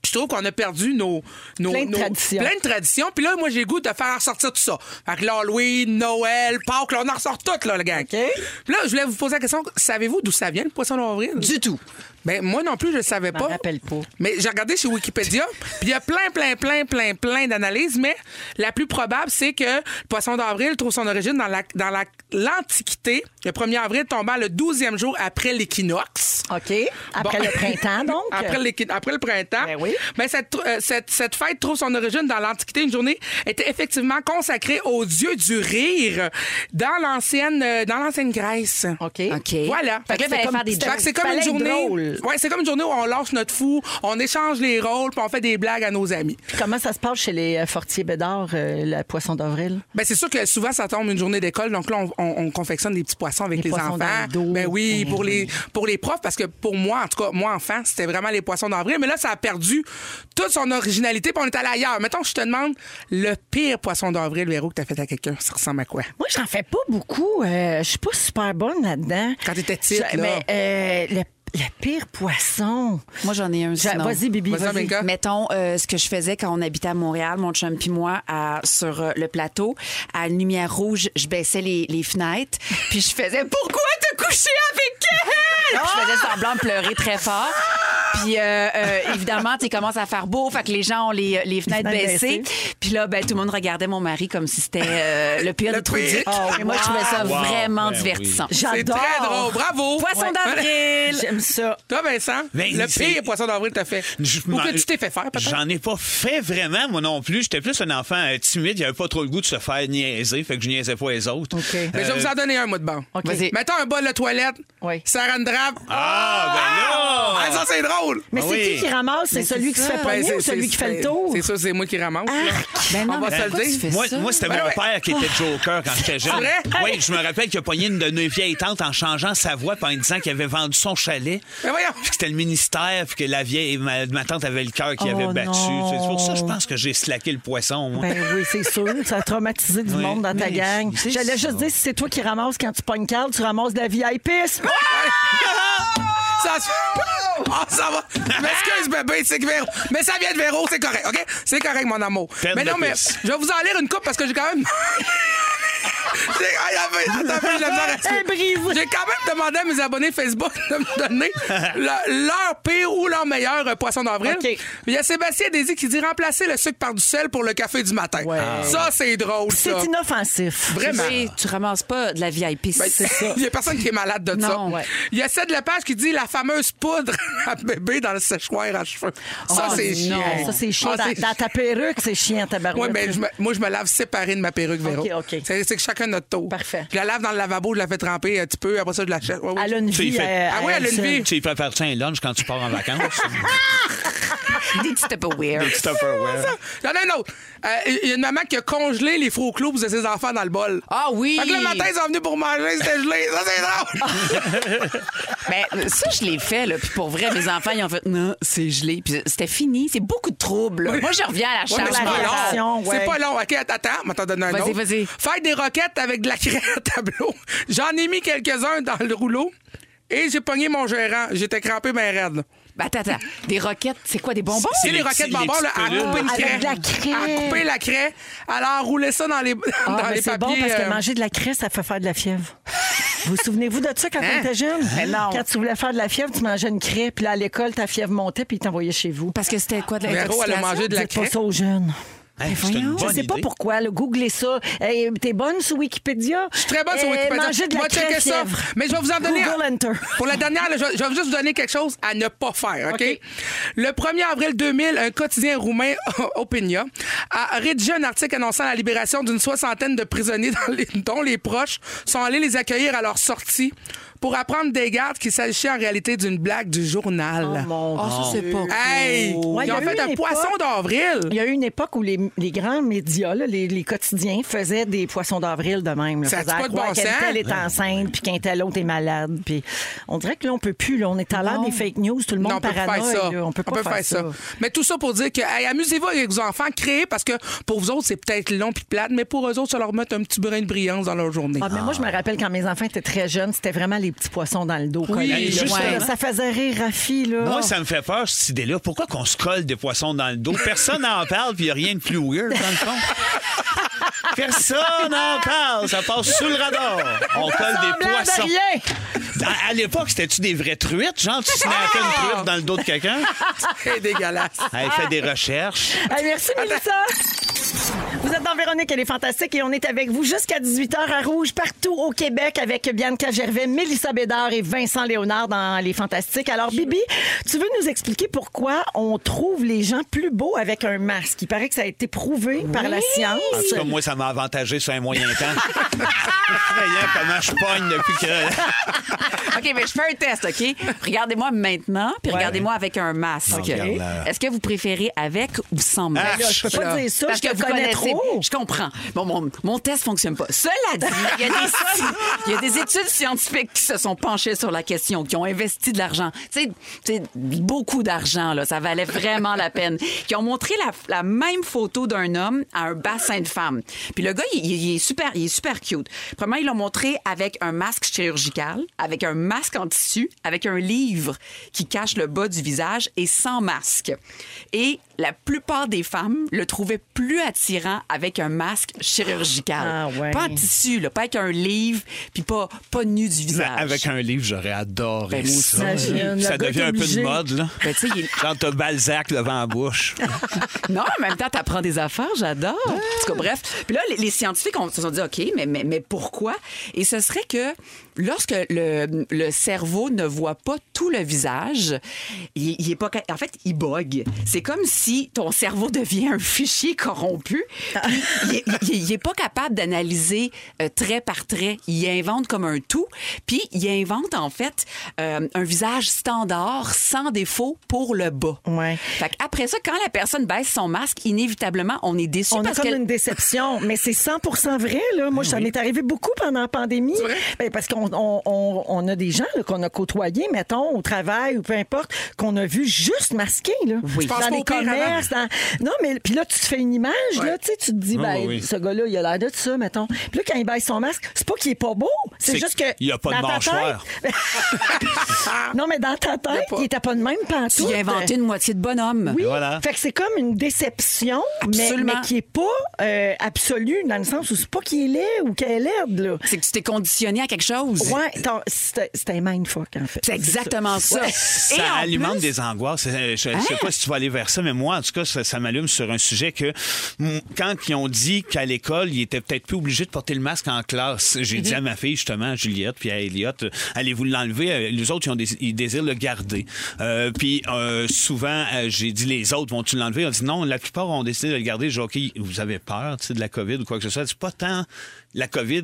S6: je trouve qu'on a perdu nos, nos,
S5: Plein de
S6: nos-
S5: traditions.
S6: plein de traditions. Puis là, moi, j'ai le goût de faire ressortir tout ça. Fait que l'Halloween, Noël, Pâques, là, on en ressort tout, là, le gang. Puis là, je voulais vous poser la question, savez-vous d'où ça vient, le poisson d'avril?
S7: Du tout.
S6: Ben, moi non plus, je le savais
S5: m'en
S6: pas.
S5: rappelle pas.
S6: Mais j'ai regardé chez Wikipédia, puis il y a plein, plein, plein, plein, plein d'analyses, mais la plus probable, c'est que le poisson d'avril trouve son origine dans la dans la- l'Antiquité. le 1er avril tombant le 12e jour après l'équinoxe.
S5: OK. Après
S6: Bon.
S5: le printemps, donc.
S6: Après, les- après le printemps.
S5: Ben oui.
S6: Ben, cette, tr- euh, cette, cette fête trouve son origine dans l'Antiquité. Une journée était effectivement consacrée au dieu du rire dans l'ancienne, euh, dans l'ancienne Grèce.
S5: OK.
S7: OK.
S6: Voilà.
S7: Fait que là,
S5: c'est
S7: il fallait
S5: comme-
S7: faire des
S6: Fait que c'est comme
S5: Fallait
S6: une
S5: être
S6: journée.
S5: drôle.
S6: Ouais, c'est comme une journée où on lâche notre fou, on échange les rôles, puis on fait des blagues à nos amis.
S5: Puis Comment ça se passe chez les euh, Fortier Bédard, euh, le poisson d'avril?
S6: Ben c'est sûr que souvent ça tombe une journée d'école, donc là on, on- on confectionne des petits poissons avec
S5: Les
S6: les,
S5: poissons dans
S6: enfants.
S5: le dos.
S6: Ben oui,
S5: Ben
S6: pour
S5: oui.
S6: les pour les profs parce que pour moi en tout cas moi enfant c'était vraiment les poissons d'avril, mais là ça a perdu toute son originalité, puis on est allé ailleurs. Mettons que je te demande le pire poisson d'avril, Véro, que t'as fait à quelqu'un, ça ressemble à quoi
S5: Moi, j'en fais pas beaucoup. Euh, je suis pas super bonne là-dedans.
S6: Quand t'étais petite,
S5: Je-
S6: là.
S5: Mais euh, le, le pire poisson.
S7: Moi, j'en ai un.
S5: Je-
S7: sinon.
S5: Vas-y, Bibi.
S6: Vas-y,
S5: vas-y.
S6: Aminka.
S7: Mettons euh, ce que je faisais quand on habitait à Montréal, mon chum puis moi, à- sur euh, le plateau, à une lumière rouge, je baissais les, les fenêtres, puis je faisais pourquoi te coucher avec elle Puis Je faisais semblant de pleurer très fort. Puis euh, euh, évidemment, tu commences à faire beau, fait que les gens ont les, les fenêtres
S5: fenêtres
S7: baissées. Puis là, ben, tout le monde regardait mon mari comme si c'était euh, le pire Oh,
S6: Le
S7: de tout.
S6: pire.
S7: Et moi, je trouvais ça
S4: Wow.
S7: vraiment
S4: Ben oui.
S7: divertissant.
S6: C'est
S5: J'adore.
S6: très drôle, bravo.
S7: Poisson
S6: Ouais.
S7: d'avril.
S5: J'aime ça.
S6: Toi Vincent,
S4: Ben,
S6: le
S4: c'est-
S6: pire poisson d'avril que t'as fait
S4: Je-
S6: ou
S4: m'en-
S6: que tu t'es fait faire peut-être.
S4: J'en ai pas fait vraiment, moi non plus. J'étais plus un enfant euh, timide. J'avais pas trop le goût de se faire niaiser. Fait que je niaisais pas les autres. Euh,
S5: OK.
S6: Mais je vais vous en donner un mot de bon.
S5: OK.
S7: Vas-y.
S6: Mettons un bol de toilette.
S5: Oui.
S6: Sarah Drap.
S4: Ah, ben là!
S6: Ah, ça, c'est drôle!
S5: Mais
S4: Ah
S5: c'est
S4: oui.
S5: qui qui ramasse? C'est
S7: Mais
S5: celui
S7: c'est
S5: qui se fait
S7: ça.
S5: pogner
S6: Ben, c'est-
S5: ou celui
S6: c'est-
S5: qui fait le
S6: c'est-
S5: tour? Ah.
S6: C'est sûr, c'est moi qui ramasse. là.
S7: Ben
S6: On va
S7: mais
S6: se le
S7: pourquoi
S6: dire.
S7: tu fais
S4: Moi,
S7: ça?
S4: moi, c'était
S6: Ben
S4: mon
S6: ouais.
S4: père qui était Joker quand j'étais jeune.
S6: vrai?
S4: Oui, je me rappelle qu'il a pogné une de nos vieilles tantes en changeant sa voix puis en disant qu'il avait vendu son chalet.
S6: Mais Ben, voyons.
S4: Puis que c'était le ministère, puis que la vieille, ma, ma tante avait le cœur qui
S5: Oh
S4: avait battu.
S5: non.
S4: C'est pour ça que je pense que j'ai slacké le poisson, moi.
S5: Ben oui, c'est sûr. Ça a traumatisé du
S4: Oui.
S5: monde dans ta
S4: Mais
S5: gang.
S4: c'est- c'est
S5: J'allais
S4: ça.
S5: juste dire, si c'est toi qui ramasses quand tu pognes Carl, tu ramasses de la VIP.
S6: Ça se- Ah, ça va. Je m'excuse, bébé, c'est que Véro. Mais ça vient de Véro, c'est correct, OK? C'est correct, mon amour.
S4: Peine
S6: mais
S4: de
S6: non, mais
S4: pisse.
S6: je vais vous en lire une coupe parce que j'ai quand même. J'ai- Ah, y a- attends, attends, j'ai de la misère à expliquer.
S5: Elle est brisée.
S6: J'ai quand même demandé à mes abonnés Facebook de me donner le- leur pire ou leur meilleur euh, poisson d'avril.
S5: OK.
S6: Il y a Sébastien Désy qui dit remplacer le sucre par du sel pour le café du matin. Ça, c'est drôle, ça.
S5: C'est inoffensif.
S6: Vraiment.
S7: Tu sais, Tu ramasses pas de la vieille piste.
S6: Ben, Il n'y a personne qui est malade de
S7: Non,
S6: ça.
S7: ouais.
S6: Il y a Ced Lepage qui dit la fameuse poudre à bébé dans le séchoir à cheveux. Ça,
S7: Oh,
S6: c'est
S7: non.
S6: chiant.
S5: Ça, c'est chiant.
S6: Ah,
S5: dans,
S6: c'est
S5: dans ta perruque, c'est chiant, ta
S6: Ouais, ben, je me- moi, je me lave séparée de ma perruque, Véro.
S5: OK, OK.
S6: C'est c'est que chacun notre tour.
S5: Parfait.
S6: Je la lave dans le lavabo, je la fais tremper un petit peu, après ça, je la chèche. Ouais, ouais.
S5: Elle a une
S4: Tu y
S5: vie. euh,
S4: fais-
S6: Ah oui, elle a une
S5: seule.
S6: vie.
S4: Tu y fais partir un lunch quand tu pars en vacances.
S7: Des petits Tupperware.
S4: C'est un peu weird.
S6: Ah! Il y en a un autre. Euh, Il y a une maman qui a congelé les faux clous de ses enfants dans le bol.
S7: Ah oui!
S6: Fait que le matin, ils sont venus pour manger, c'était gelé. Ça, c'est drôle.
S7: Ben, ça, je l'ai fait, là. Puis pour vrai, mes enfants, ils ont fait non, c'est gelé. Puis c'était fini. C'est beaucoup de troubles. Moi, je reviens à la
S6: Ouais, mais
S7: charge.
S6: c'est pas
S5: variation,
S6: long.
S5: ouais.
S6: C'est pas long. OK, attends, attends, on va t'en donner un
S7: Vas-y,
S6: autre.
S7: vas-y.
S6: Faire des roquettes avec de la craie à tableau. J'en ai mis quelques-uns dans le rouleau et j'ai pogné mon gérant. J'étais crampé ben raide. là.
S7: Ben, attends, attends. Des roquettes, c'est quoi, des bonbons?
S6: Tu sais, les
S4: les
S6: roquettes
S4: petits-
S6: bonbons,
S4: les
S6: là, à
S4: petites
S6: couper une
S5: pelules.
S6: craie.
S5: Avec de la craie.
S6: À couper la craie. Alors, rouler ça dans les,
S5: Ah,
S6: dans
S5: ben,
S6: les
S5: c'est
S6: papiers.
S5: bon parce
S6: euh,
S5: que manger de la craie, ça fait faire de la fièvre. Vous vous souvenez-vous de ça quand
S6: Hein?
S5: on était jeune?
S7: non.
S5: Quand tu voulais faire de la fièvre, tu mangeais une craie, puis là, à l'école, ta fièvre montait, puis ils t'envoyaient chez vous.
S7: Parce que c'était quoi de
S6: Véro, elle a
S7: l'intoxication?
S6: mangé de la
S5: Dites pas
S6: craie.
S5: ça aux jeunes.
S4: Hey, c'est une
S5: Je
S4: bonne
S5: sais pas
S4: idée.
S5: pourquoi. Là, googlez ça. Hey, T'es bonne sur Wikipédia? Je suis
S6: Très bonne sur Wikipédia.
S5: Eh, Manger de
S6: Je
S5: la
S6: vais
S5: craie
S6: checker ça.
S5: fièvre.
S6: Mais je vais vous en donner.
S5: Google
S6: un-
S5: Enter.
S6: Pour la dernière, là, je, vais- je vais juste vous donner quelque chose à ne pas faire, OK?
S5: OK.
S6: Le 1er avril 2000, un quotidien roumain, Opinia, a rédigé un article annonçant la libération d'une soixantaine de prisonniers dans les- dont les proches sont allés les accueillir à leur sortie pour apprendre des gardes qu'il s'agissait en réalité d'une blague du journal.
S5: Oh Mon
S7: Ah, ça, c'est pas.
S6: Hey!
S5: Ouais,
S6: ils
S5: il y
S6: ont
S5: a eu
S6: fait un
S5: une
S6: poisson
S5: époque-
S6: d'avril!
S5: Il y a eu une époque où les, les grands médias, là, les, les quotidiens, faisaient des poissons d'avril de même. là.
S6: Ça a
S5: Faisaient
S6: pas de
S5: croire
S6: bon
S5: qu'un
S6: sens.
S5: tel est enceinte, puis qu'un tel autre est malade. Puis on dirait que là, on peut plus. Là, on est à l'ère des fake news, tout le monde
S6: Non, on peut pas
S5: paranoïa.
S6: faire ça.
S5: là. On peut pas faire, ça.
S6: Mais tout ça pour dire que hey, amusez-vous avec vos enfants, créez parce que pour vous autres c'est peut-être long puis plate, mais pour eux autres ça leur met un petit brin de brillance dans leur journée.
S5: Ah, mais moi, je me rappelle quand mes enfants étaient très jeunes, c'était vraiment les petits poissons dans le dos. collés, là.
S4: justement.
S5: Ouais. Ça faisait rire Rafi, là.
S4: Moi, ça me fait peur, cette idée-là. Pourquoi qu'on se colle des poissons dans le dos? Personne n'en parle, puis il n'y a rien de plus weird, dans le fond. Personne n'en parle. Ça passe sous le radar. On colle des
S5: Semblant de
S4: poissons.
S5: rien.
S4: À, à l'époque, c'était-tu des vraies truites? Genre, tu snappais une truite dans le dos de quelqu'un?
S6: C'est dégueulasse.
S4: Elle fait des recherches.
S5: Hey, merci, Mélissa. Vous êtes dans Véronique, elle est fantastique et on est avec vous jusqu'à 18h à Rouge, partout au Québec avec Bianca Gervais, Mélissa Bédard et Vincent Léonard dans Les Fantastiques. Alors, Bibi, tu veux nous expliquer pourquoi on trouve les gens plus beaux avec un masque? Il paraît que ça a été prouvé par la science.
S4: En tout cas, moi, ça m'a avantagé sur un moyen temps. Effrayant comment je pogne depuis que.
S7: OK, mais je fais un test, OK? Regardez-moi maintenant, puis regardez-moi avec un masque.
S4: Ok.
S7: Est-ce que vous préférez avec ou sans masque?
S4: Ah,
S5: Là, je peux pas
S7: Là,
S5: dire ça,
S7: parce
S5: je te
S7: que vous
S5: connais
S7: connaissez.
S5: trop.
S7: Je comprends. Bon, mon, mon test fonctionne pas. Cela dit, il y, a des, il y a des études scientifiques qui se sont penchées sur la question, qui ont investi de l'argent. Tu sais, tu sais, beaucoup d'argent, là. Ça valait vraiment la peine. Qui ont montré la, la même photo d'un homme à un bassin de femme. Puis le gars, il, il- il est super, il est super cute. Premièrement, ils l'ont montré avec un masque chirurgical, avec un masque en tissu, avec un livre qui cache le bas du visage et sans masque. Et la plupart des femmes le trouvaient plus attirant avec un masque chirurgical.
S5: Ah ouais.
S7: Pas en tissu, là, pas avec un livre, puis pas, pas nu du
S4: Mais
S7: visage.
S4: avec un livre, j'aurais adoré
S7: Ben, moi aussi.
S4: ça.
S5: Imagine,
S4: Ça
S5: le gars
S4: devient
S5: est
S4: un peu
S5: obligé.
S4: de mode, là.
S7: Ben, tu sais, il-
S4: Genre, t'as Balzac devant la bouche.
S7: Non, en même temps, t'apprends des affaires, j'adore. En tout cas, bref. Puis là, les, les scientifiques ont- se sont dit, OK, mais, mais, mais pourquoi? Et ce serait que lorsque le, le cerveau ne voit pas tout le visage, il, il est pas... ca- En fait, il bug. C'est comme si ton cerveau devient un fichier corrompu. puis il, est- il est- il est pas capable d'analyser euh, trait par trait. Il invente comme un tout. Puis il invente, en fait, euh, un visage standard, sans défaut, pour le bas.
S5: Ouais.
S7: Fait après ça, quand la personne baisse son masque, inévitablement, on est déçu
S5: On a
S7: parce
S5: comme
S7: que
S5: une déception, mais c'est 100 vrai. Là.
S4: Ben
S5: Moi, ça m'est arrivé beaucoup pendant la pandémie. Ben, parce qu'on on, on- on a des gens là, qu'on a côtoyés, mettons, au travail ou peu importe, qu'on a vu juste masqués. Là,
S7: Je pense
S5: Dans
S6: pas
S5: les
S6: au pire
S5: commerces. dans- Non, mais puis là, tu te fais une image. Là, tu sais, tu te dis,
S4: Ah,
S5: ben,
S4: oui.
S5: ce gars-là, il a l'air de ça, mettons. Puis là, quand il baisse son masque, c'est pas qu'il est pas beau, c'est
S4: C'est
S5: juste que.
S4: qu'il y a pas de
S5: dans ta
S4: mâchoire.
S5: tête- non, mais dans ta tête, il était pas de même
S7: tu
S5: pantoute.
S7: y as inventé une moitié de bonhomme.
S5: Oui.
S4: Voilà.
S5: Fait que c'est comme une déception, mais,
S7: Absolument.
S5: mais qui est pas euh, absolue dans le sens où c'est pas qu'il est laid ou qu'elle est laide, là.
S7: C'est que tu t'es conditionné à quelque chose.
S5: Ouais, attends, c'est c'est un mindfuck, en fait.
S7: C'est exactement ça. Et
S4: Ça
S7: en
S4: alimente
S7: plus- Hein?
S4: des angoisses. Euh, Je ne sais pas si tu vas aller vers ça, mais moi, en tout cas, ça, ça m'allume sur un sujet que mm, quand ils ont dit qu'à l'école, ils étaient peut-être plus obligés de porter le masque en classe, j'ai dit à ma fille, justement, à Juliette, puis à Elliot, euh, allez-vous l'enlever? Euh, Les autres, ils, ont dés- ils désirent le garder. Euh, puis euh, souvent, euh, j'ai dit, les autres vont-tu l'enlever? Ils ont dit non, la plupart ont décidé de le garder. J'ai dit, OK, vous avez peur tu sais, de la COVID ou quoi que ce soit. C'est pas tant la COVID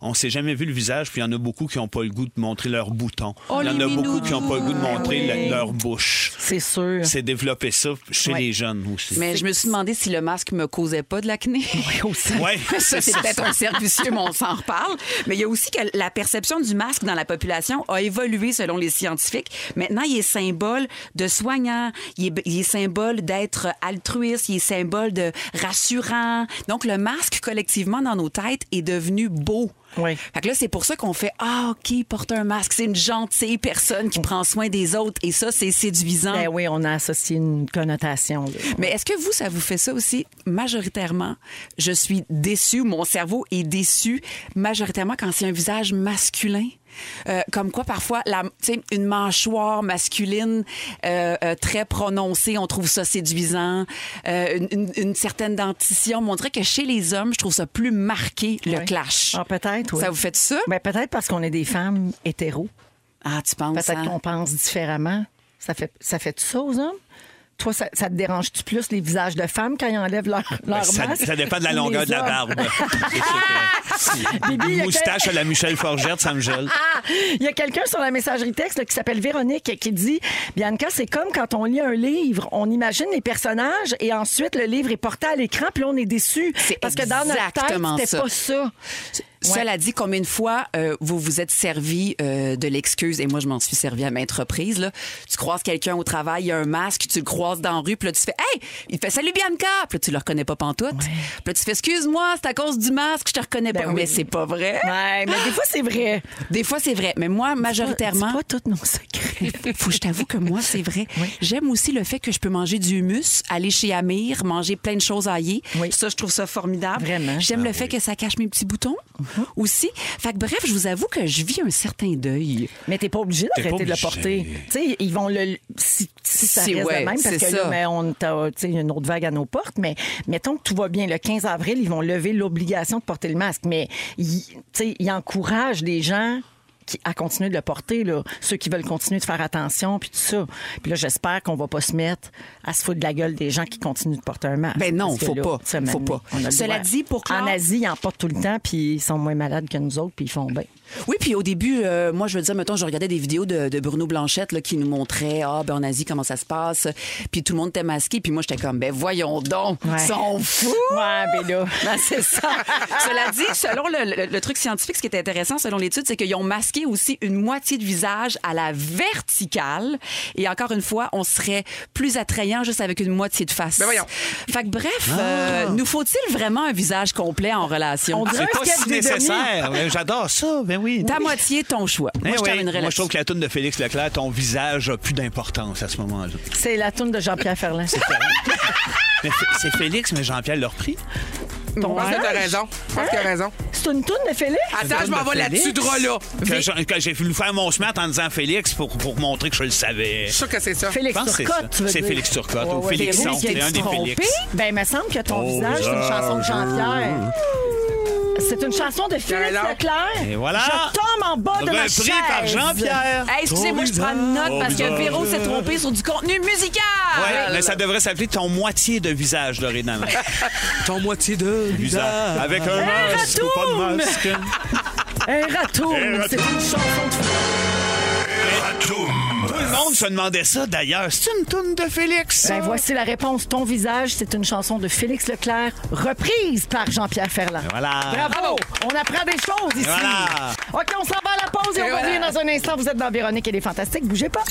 S4: qu'on ne s'est jamais vu le visage, puis il y en a beaucoup qui n'ont pas le goût de montrer leur bouton.
S7: Oh,
S4: Il y en
S7: les
S4: a beaucoup qui n'ont pas le goût de
S5: minous.
S4: montrer
S5: Ah oui.
S4: le- leur bouche.
S5: C'est sûr.
S4: C'est développer ça chez
S5: Ouais.
S4: les jeunes aussi.
S7: Mais je me suis demandé si le masque me causait pas de l'acné. Oui, aussi.
S4: Ouais,
S7: ça,
S4: c'est
S7: c'est
S4: ça.
S7: peut-être un servicieux, mais on s'en reparle. Mais il y a aussi que la perception du masque dans la population a évolué selon les scientifiques. Maintenant, il est symbole de soignant, il est, il est symbole d'être altruiste, il est symbole de rassurant. Donc, le masque, collectivement, dans nos têtes, est devenu beau.
S5: Oui.
S7: Fait que là, c'est pour ça qu'on fait Ah, OK, il porte un masque. C'est une gentille personne qui prend soin des autres. Et ça, c'est séduisant.
S5: Ben oui, on a associé une connotation. là.
S4: Hein?
S7: Mais est-ce que vous, ça vous fait ça aussi majoritairement? Je suis déçue, mon cerveau est déçu majoritairement quand c'est un visage masculin. Euh, comme quoi, parfois, la, tu sais, une mâchoire masculine euh, euh, très prononcée, on trouve ça séduisant. Euh, une, une- une certaine dentition. On dirait que chez les hommes, je trouve ça plus marqué, le
S5: Ouais.
S7: clash.
S5: Ah, peut-être, oui.
S7: Ça vous fait ça?
S5: Ben, peut-être parce qu'on est des femmes hétéros.
S7: Ah, tu penses
S5: Peut-être
S7: hein?
S5: qu'on pense différemment. Ça fait, ça fait tout ça aux hommes? Toi, ça, ça te dérange-tu plus les visages de femmes quand ils enlèvent leur, leur
S4: Ben, Ça,
S5: masque?
S4: ça dépend de la
S5: ou
S4: longueur
S5: les
S4: de la barbe.
S5: hommes?
S4: C'est sûr que-
S5: Bibi, il y
S4: Une
S5: a
S4: moustache à la Michel Forgette, ça me gèle.
S5: Ah! Il y a quelqu'un sur la messagerie texte là, qui s'appelle Véronique qui dit Bianca, c'est comme quand on lit un livre, on imagine les personnages et ensuite le livre est porté à l'écran, puis là on est déçu.
S7: C'est
S5: Parce que dans notre tête,
S7: exactement
S5: c'était
S7: ça.
S5: pas ça. Ouais.
S7: Cela dit, combien de fois euh, vous vous êtes servi euh, de l'excuse, et moi je m'en suis servi à maintes reprises, là. tu croises quelqu'un au travail, il y a un masque, tu le croises dans la rue, puis là tu fais Hey, il fait Salut Bianca! Puis là tu le reconnais pas pantoute. Puis là tu fais Excuse-moi, c'est à cause du masque, je te reconnais
S5: Ben
S7: pas.
S5: oui.
S7: Mais c'est pas vrai.
S5: Ouais, mais des fois, c'est vrai.
S7: Des fois c'est vrai, mais moi majoritairement.
S5: C'est pas tous nos secrets.
S7: Faut que je t'avoue que moi, c'est vrai. J'aime aussi le fait que je peux manger du humus, aller chez Amir, manger plein de choses aillées.
S5: Oui.
S7: Ça, je trouve ça formidable.
S5: Vraiment.
S7: J'aime le fait que ça cache mes petits boutons aussi. Fait que bref, je vous avoue que je vis un certain deuil.
S5: Mais t'es pas obligé
S4: T'es pas
S5: d'arrêter de le
S4: obligé.
S5: porter. Tu sais, ils vont le. Si, si ça
S7: Si,
S5: reste
S7: ouais,
S5: le même, parce
S7: c'est
S5: que
S7: ça.
S5: là, mais on t'a- tu sais, il y a une autre vague à nos portes, mais mettons que tout va bien. Le 15 avril, ils vont lever l'obligation de porter le masque, mais ils, tu sais, ils encouragent les gens qui, à continuer de le porter, là. ceux qui veulent continuer de faire attention, puis tout ça. Puis là, j'espère qu'on va pas se mettre à se foutre de la gueule des gens qui continuent de porter un masque.
S7: Ben non,
S5: Parce que
S7: faut
S5: là,
S7: pas.
S5: tu sais,
S7: Faut
S5: maintenant,
S7: pas.
S5: on a le
S7: Cela
S5: droit.
S7: dit, pour
S5: En
S7: clore-
S5: Asie, ils en portent tout le temps, puis ils sont moins malades que nous autres, puis ils font bien.
S7: Oui, puis au début, euh, moi, je veux dire, mettons, je regardais des vidéos de, de Bruno Blanchette là, qui nous montrait, ah, ben en Asie, comment ça se passe. Puis tout le monde était masqué. Puis moi, j'étais comme, ben voyons donc,
S5: Ouais.
S7: ils sont fous.
S5: Ouais, ben là.
S7: Ben, c'est ça. Cela dit, selon le, le- le truc scientifique, ce qui est intéressant, selon l'étude, c'est qu'ils ont masqué aussi une moitié de visage à la verticale. Et encore une fois, on serait plus attrayant juste avec une moitié de face.
S6: Ben voyons.
S7: Fait que bref,
S4: Ah.
S7: euh, nous faut-il vraiment un visage complet en relation?
S5: On dirait-
S4: C'est
S5: Un
S4: pas
S5: sketch
S4: si
S5: des
S4: nécessaire. mais J'adore ça. Ben oui.
S7: Ta moitié, ton choix. Moi,
S4: Eh
S7: je
S4: oui.
S7: terminerai
S4: Moi, je
S7: là-dessus.
S4: trouve que la tune de Félix Leclerc, ton visage a plus d'importance à ce moment-là.
S5: C'est la toune de Jean-Pierre Ferland.
S4: Mais F- C'est Félix, mais Jean-Pierre l'a repris.
S6: Je pense que t'as raison. Je pense que t'as raison.
S5: Hein? C'est une toune de Félix?
S6: Attends, je m'en vais là-dessus, de là.
S4: Que je- que j'ai voulu faire mon smart en disant Félix pour, pour montrer que je le savais.
S6: Je suis sûr que c'est ça.
S4: Je
S5: Félix
S4: pense que c'est ça.
S5: Turcotte, tu veux
S4: C'est
S5: dire.
S4: Félix Turcotte ou Félix
S5: Véro,
S4: Son,
S5: qui a
S4: c'est un
S5: dû
S4: des
S5: se
S4: Félix.
S5: tromper. Ben, il me semble que ton
S4: Oh,
S5: visage, c'est une chanson de Jean-Pierre. C'est une chanson de Félix
S6: Carrément.
S5: Leclerc.
S4: Et voilà.
S5: Je tombe en bas de ma chaise.
S4: Repris par Jean-Pierre.
S7: Hey, excusez-moi, je prends une note
S4: Ton
S7: parce que
S4: visage.
S7: Véro s'est trompé sur du contenu musical.
S4: Ouais, mais ça devrait s'appeler ton moitié de visage dorénavant.
S6: Ton moitié de
S4: visage. Avec un masque ou pas de masque.
S5: Un ratour.
S4: Un
S5: C'est une chanson de Félix.
S4: Tout le monde se demandait ça d'ailleurs. C'est une toune de Félix. ça?
S5: Ben, voici la réponse. Ton visage, c'est une chanson de Félix Leclerc, reprise par Jean-Pierre Ferland.
S4: Voilà.
S5: Bravo. On apprend des choses ici.
S4: Voilà.
S5: OK, on s'en va à la pause et, on
S6: Et voilà.
S5: revient dans un instant. Vous êtes dans Véronique et les Fantastiques. Bougez pas.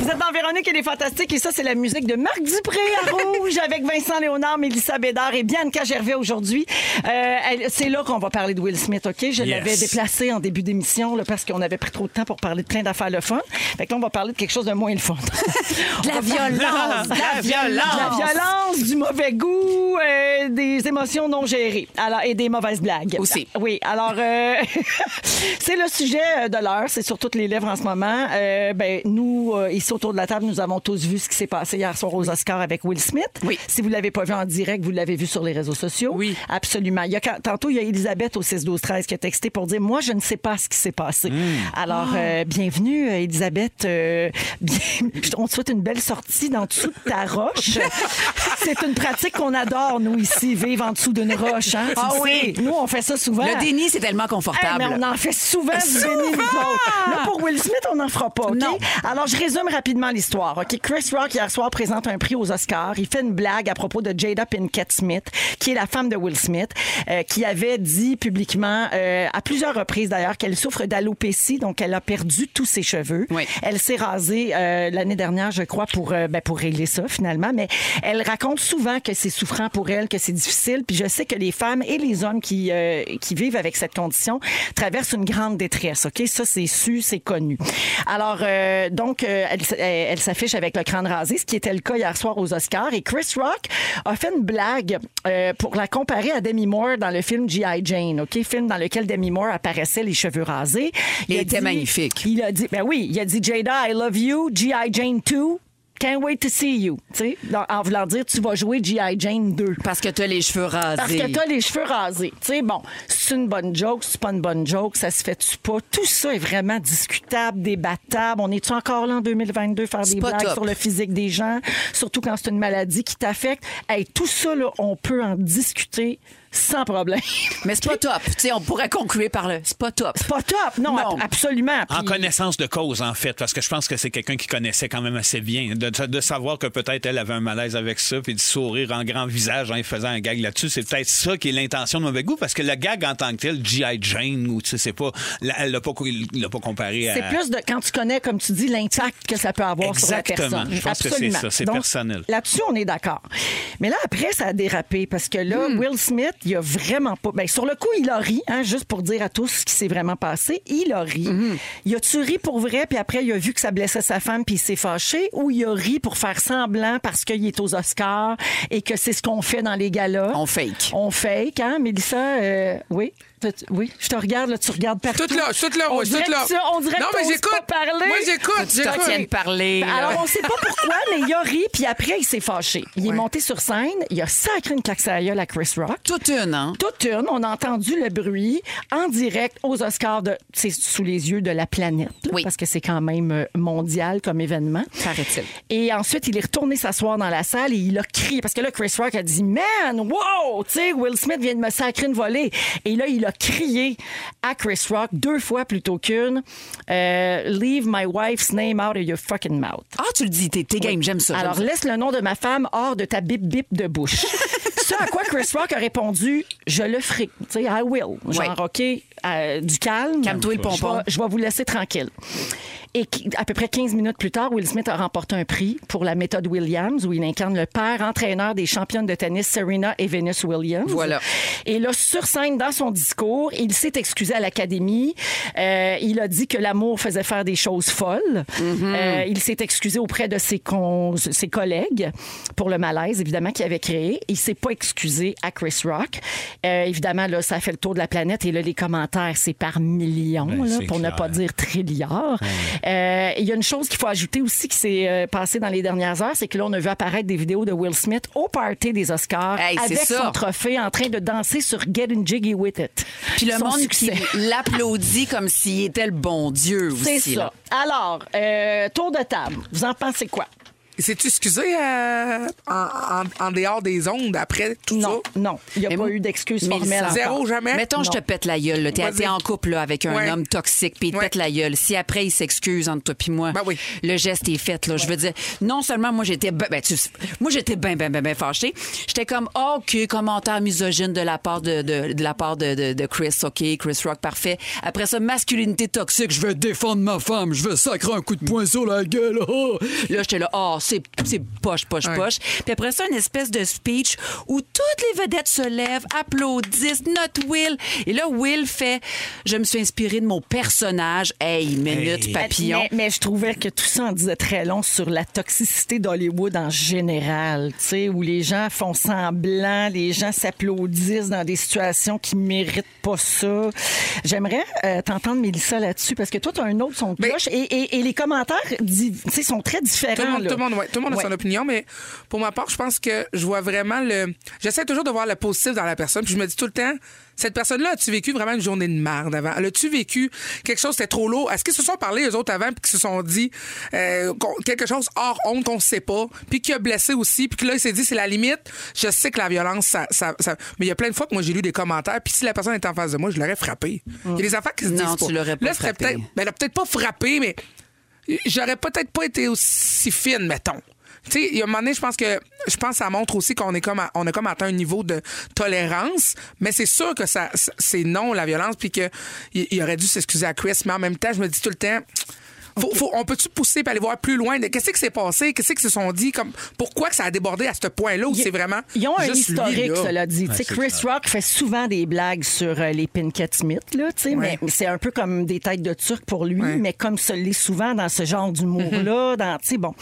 S5: Vous êtes dans Véronique et les Fantastiques et ça, c'est la musique de Marc Dupré à Rouge avec Vincent Léonard, Mélissa Bédard et Bianca Gervais aujourd'hui. Euh, elle- c'est là qu'on va parler de Will Smith, OK? Je l'avais déplacé en début d'émission là, parce qu'on avait pris trop de temps pour parler de plein d'affaires le fun. Fait que là, on va parler de quelque chose de moins le fun.
S7: De la
S5: On va parler-
S4: Ah,
S7: violence, de la violence.
S5: De la violence, du mauvais goût, euh, des émotions non gérées alors, et des mauvaises blagues.
S7: Aussi.
S5: Oui, alors, euh, c'est le sujet euh, de l'heure, c'est sur toutes les lèvres en ce moment. Euh, ben, nous, euh, ici autour de la table, nous avons tous vu ce qui s'est passé hier soir aux Oscars avec Will Smith.
S7: Oui.
S5: Si vous ne l'avez pas vu en direct, vous l'avez vu sur les réseaux sociaux.
S6: Oui.
S5: Absolument. Il y a, quand- tantôt, il y a Elisabeth au 6-12-13 qui a texté pour dire Moi, je ne sais pas ce qui s'est passé.
S7: Hmm.
S5: Alors,
S7: Ah.
S5: euh, bienvenue, euh, Elisabeth. Euh, bien- on te souhaite une belle sortie dans dessous de ta roche. C'est une pratique qu'on adore, nous, ici, vivre en dessous d'une roche. hein, tu
S7: Ah
S5: le
S7: oui.
S5: sais. Nous, on fait ça souvent.
S7: Le déni, c'est tellement
S5: Hey,
S7: confortable.
S5: mais on en fait souvent du déni, nous autres. Là, pour Will Smith, on n'en fera pas, OK?
S7: Non.
S5: Alors, je résume rapidement l'histoire, OK? Chris Rock, hier soir, présente un prix aux Oscars. Il fait une blague à propos de Jada Pinkett Smith, qui est la femme de Will Smith, euh, qui avait dit publiquement, euh, à plusieurs reprises d'ailleurs, qu'elle souffre d'alopécie, donc elle a perdu tous ses cheveux.
S7: Oui.
S5: Elle s'est rasée euh, l'année dernière, je crois, pour, euh, ben, pour régler ça, finalement. Mais elle raconte souvent que c'est souffrant pour elle, que c'est difficile. Puis je sais que les femmes et les hommes qui, euh, qui vivent avec cette condition traversent une grande détresse. OK? Ça, c'est su, c'est connu. Alors, euh, donc, euh, elle, s- elle- elle s'affiche avec le crâne rasé, ce qui était le cas hier soir aux Oscars. Et Chris Rock a fait une blague euh, pour la comparer à Demi Moore dans le film G.I. Jane, OK? Film dans lequel Demi Moore apparaissait les cheveux rasés.
S7: Il
S5: a
S7: était
S5: dit-
S7: magnifique.
S5: il a dit, ben oui, il a dit Jada, I love you, G.I. Jane 2, can't wait to see you. Tu sais, dans- en voulant dire, tu vas jouer G.I. Jane 2.
S7: Parce que t'as les cheveux rasés.
S5: Parce que t'as les cheveux rasés. Tu sais, bon, c'est une bonne joke, c'est pas une bonne joke, ça se fait-tu pas? Tout ça est vraiment discutable, débattable. On est-tu encore là en 2022 faire
S7: C'est
S5: des
S7: pas
S5: blagues
S7: top.
S5: sur le physique des gens, surtout quand c'est une maladie qui t'affecte? Hey, tout ça, là, on peut en discuter sans problème.
S7: Mais c'est pas top. Tu sais, on pourrait conclure par le. C'est pas top.
S5: Pas top, non,
S7: Non.
S5: ab- absolument.
S4: En
S5: Puis-
S4: connaissance de cause, en fait, parce que je pense que c'est quelqu'un qui connaissait quand même assez bien. De, de savoir que peut-être elle avait un malaise avec ça, puis de sourire en grand visage en faisant un gag là-dessus, c'est peut-être ça qui est l'intention de mauvais goût, parce que le gag en tant que tel, G.I. Jane, ou tu sais, c'est pas. la- Elle l'a pas, co- il l'a pas comparé à.
S5: C'est plus de quand tu connais, comme tu dis, l'impact que ça peut avoir sur la
S4: Exactement.
S5: personne.
S4: Je pense que c'est
S5: Absolument.
S4: ça, c'est
S5: Donc,
S4: personnel.
S7: Hmm.
S5: Là-dessus, on est d'accord. Mais là, après, ça a dérapé parce que là, Will Smith il a vraiment pas. Ben, sur le coup, il a ri, hein, juste pour dire à tous ce qui s'est vraiment passé. Il a ri.
S7: Hmm.
S5: Il a tu ri pour vrai, puis après, il a vu que ça blessait sa femme, puis il s'est fâché, ou il a ri pour faire semblant parce qu'il est aux Oscars et que c'est ce qu'on fait dans les galas.
S7: On fake.
S5: On fake, hein, Mélissa? euh, oui. T'as- Oui, je te regarde, là, tu regardes partout.
S6: Tout là, tout là,
S5: on
S6: ouais,
S5: dirait
S6: tout là.
S5: que tu- on dirait
S6: Non,
S5: que
S6: mais
S5: t'oses
S6: j'écoute.
S5: pas parler. euh,
S6: Moi, j'écoute,
S7: Tu t'en tiens de
S6: j'écoute.
S7: parler. là.
S5: Alors, on sait pas pourquoi, mais il a ri, puis après, il s'est fâché. Il est monté sur scène, il a sacré une claque sur la gueule à Chris Rock.
S7: Toute une, hein?
S5: Toute une, on a entendu le bruit en direct aux Oscars, de, c'est sous les yeux de la planète, là,
S7: Oui.
S5: parce que c'est quand même euh, mondial comme événement.
S7: Paraît-il.
S5: Et ensuite, il est retourné s'asseoir dans la salle et il a crié, parce que là, Chris Rock a dit « Man, wow! Tu sais, Will Smith vient de me sacrer une volée. » Et là, il a crié à Chris Rock deux fois plutôt qu'une euh, Leave my wife's name out of your fucking mouth.
S7: Ah, tu le dis, t'es t'es game, j'aime ça. j'aime
S5: Alors,
S7: ça.
S5: laisse le nom de ma femme hors de ta bip bip de bouche. Ce à quoi Chris Rock a répondu, je le ferai. Tu sais, I will. Genre,
S7: Ouais.
S5: OK, euh, du calme.
S7: Calme-toi le
S5: Je
S7: pompon.
S5: vais- Je vais vous laisser tranquille. Et qui- à peu près 15 minutes plus tard, Will Smith a remporté un prix pour la méthode Williams, où il incarne le père entraîneur des championnes de tennis Serena et Venus Williams.
S7: Voilà.
S5: Et là, sur scène, dans son discours, il s'est excusé à l'Académie. Euh, il a dit que l'amour faisait faire des choses folles. Euh, il s'est excusé auprès de ses, con- ses collègues pour le malaise, évidemment, qu'il avait créé. Il s'est pas excusé à Chris Rock. Euh, évidemment, là, ça a fait le tour de la planète. Et là, les commentaires, c'est par millions,
S4: Ben,
S5: là,
S4: c'est
S5: pour ne
S4: clair.
S5: pas dire trilliards. Euh, Il y a une chose qu'il faut ajouter aussi qui s'est euh, passée dans les dernières heures, c'est que là, on a vu apparaître des vidéos de Will Smith au party des Oscars
S7: Hey, c'est
S5: avec
S7: ça.
S5: son trophée en train de danser sur Getting Jiggy With It.
S7: Puis le
S5: Son
S7: monde qui
S5: succès.
S7: l'applaudit comme s'il était le bon Dieu
S5: C'est
S7: aussi.
S5: ça.
S7: là.
S5: Alors, euh, tour de table. Vous en pensez quoi?
S6: Il s'est-tu excusé euh, en, en- en dehors des ondes après tout
S5: non,
S6: ça?
S5: non. Il n'y a
S7: Mais
S5: pas
S7: moi-
S5: eu d'excuse
S7: Mais
S5: formelle.
S7: ça-
S5: encore.
S6: Zéro, jamais?
S7: Mettons, je te
S5: Non.
S7: pète la gueule. là. T'es
S6: Vas-y.
S7: t'es en couple là, avec un
S6: Ouais.
S7: homme toxique, puis il te
S6: Ouais.
S7: pète la gueule. Si après, il s'excuse entre toi puis moi,
S6: Ben oui.
S7: le geste est fait. Là. Je veux dire, non seulement moi, j'étais ben, ben, tu- moi j'étais bien, bien, bien, bien fâchée. J'étais comme, oh, OK, commentaire misogyne de la part de, de, de la part de, de- de Chris, OK, Chris Rock, parfait. Après ça, masculinité toxique, je veux défendre ma femme, je veux sacrer un coup de poing sur la gueule. oh. Là, j'étais là, oh, c'est c'est poche, poche,
S6: Ouais.
S7: poche. Puis après ça, une espèce de speech où toutes les vedettes se lèvent, applaudissent, notre Will. Et là, Will fait Je me suis inspiré de mon personnage. Hey, minute,
S4: Hey.
S7: papillon.
S5: Mais, mais je trouvais que tout ça en disait très long sur la toxicité d'Hollywood en général, tu sais, où les gens font semblant, les gens s'applaudissent dans des situations qui méritent pas ça. J'aimerais euh, t'entendre, Mélissa, là-dessus, parce que toi, tu as un autre son de
S6: Mais-
S5: cloche et, et- et les commentaires di- tu sais, sont très différents.
S6: Ben Tout le monde, tout
S5: là.
S6: le monde, ouais, tout le monde
S5: Ouais.
S6: a son opinion, mais pour ma part, je pense que je vois vraiment le. J'essaie toujours de voir le positif dans la personne, puis je me dis tout le temps. Cette personne-là, as-tu vécu vraiment une journée de marde avant? As-tu vécu quelque chose, c'était trop lourd? Est-ce qu'ils se sont parlé, eux autres, avant, puis qu'ils se sont dit euh, qu'on- quelque chose hors honte qu'on ne sait pas, puis qui a blessé aussi, puis que là, il s'est dit, c'est la limite. Je sais que la violence, ça. ça- ça- Mais il y a plein de fois que moi, j'ai lu des commentaires, puis si la personne était en face de moi, je l'aurais frappé. Il y a des affaires qui se
S7: Non,
S6: disent
S7: tu l'aurais pas
S6: Là, c'était
S7: frappé.
S6: peut-être- ben, elle a peut-être pas frappé, mais j'aurais peut-être pas été aussi fine, mettons. Tu sais, il y a un moment donné, je pense que je pense que ça montre aussi qu'on est comme à- on a comme atteint un niveau de tolérance, mais c'est sûr que ça c'est non la violence puis que il il aurait dû s'excuser à Chris, mais en même temps, je me dis tout le temps faut, faut- on peut-tu pousser pour aller voir plus loin de qu'est-ce qui s'est passé, qu'est-ce qui se sont dit, comme pourquoi que ça a débordé à ce point-là où
S5: Ils-
S6: c'est vraiment
S5: Ils ont un
S6: juste lui,
S5: historique,
S6: là.
S5: cela dit. Tu sais,
S4: c'est
S5: Chris
S4: clair.
S5: Rock fait souvent des blagues sur euh, les Pinkett Smith, là, tu sais, mais c'est un peu comme des têtes de turc pour lui, mais comme ce l'est souvent dans ce genre
S6: Mm-hmm.
S5: d'humour-là, dans, tu sais, bon.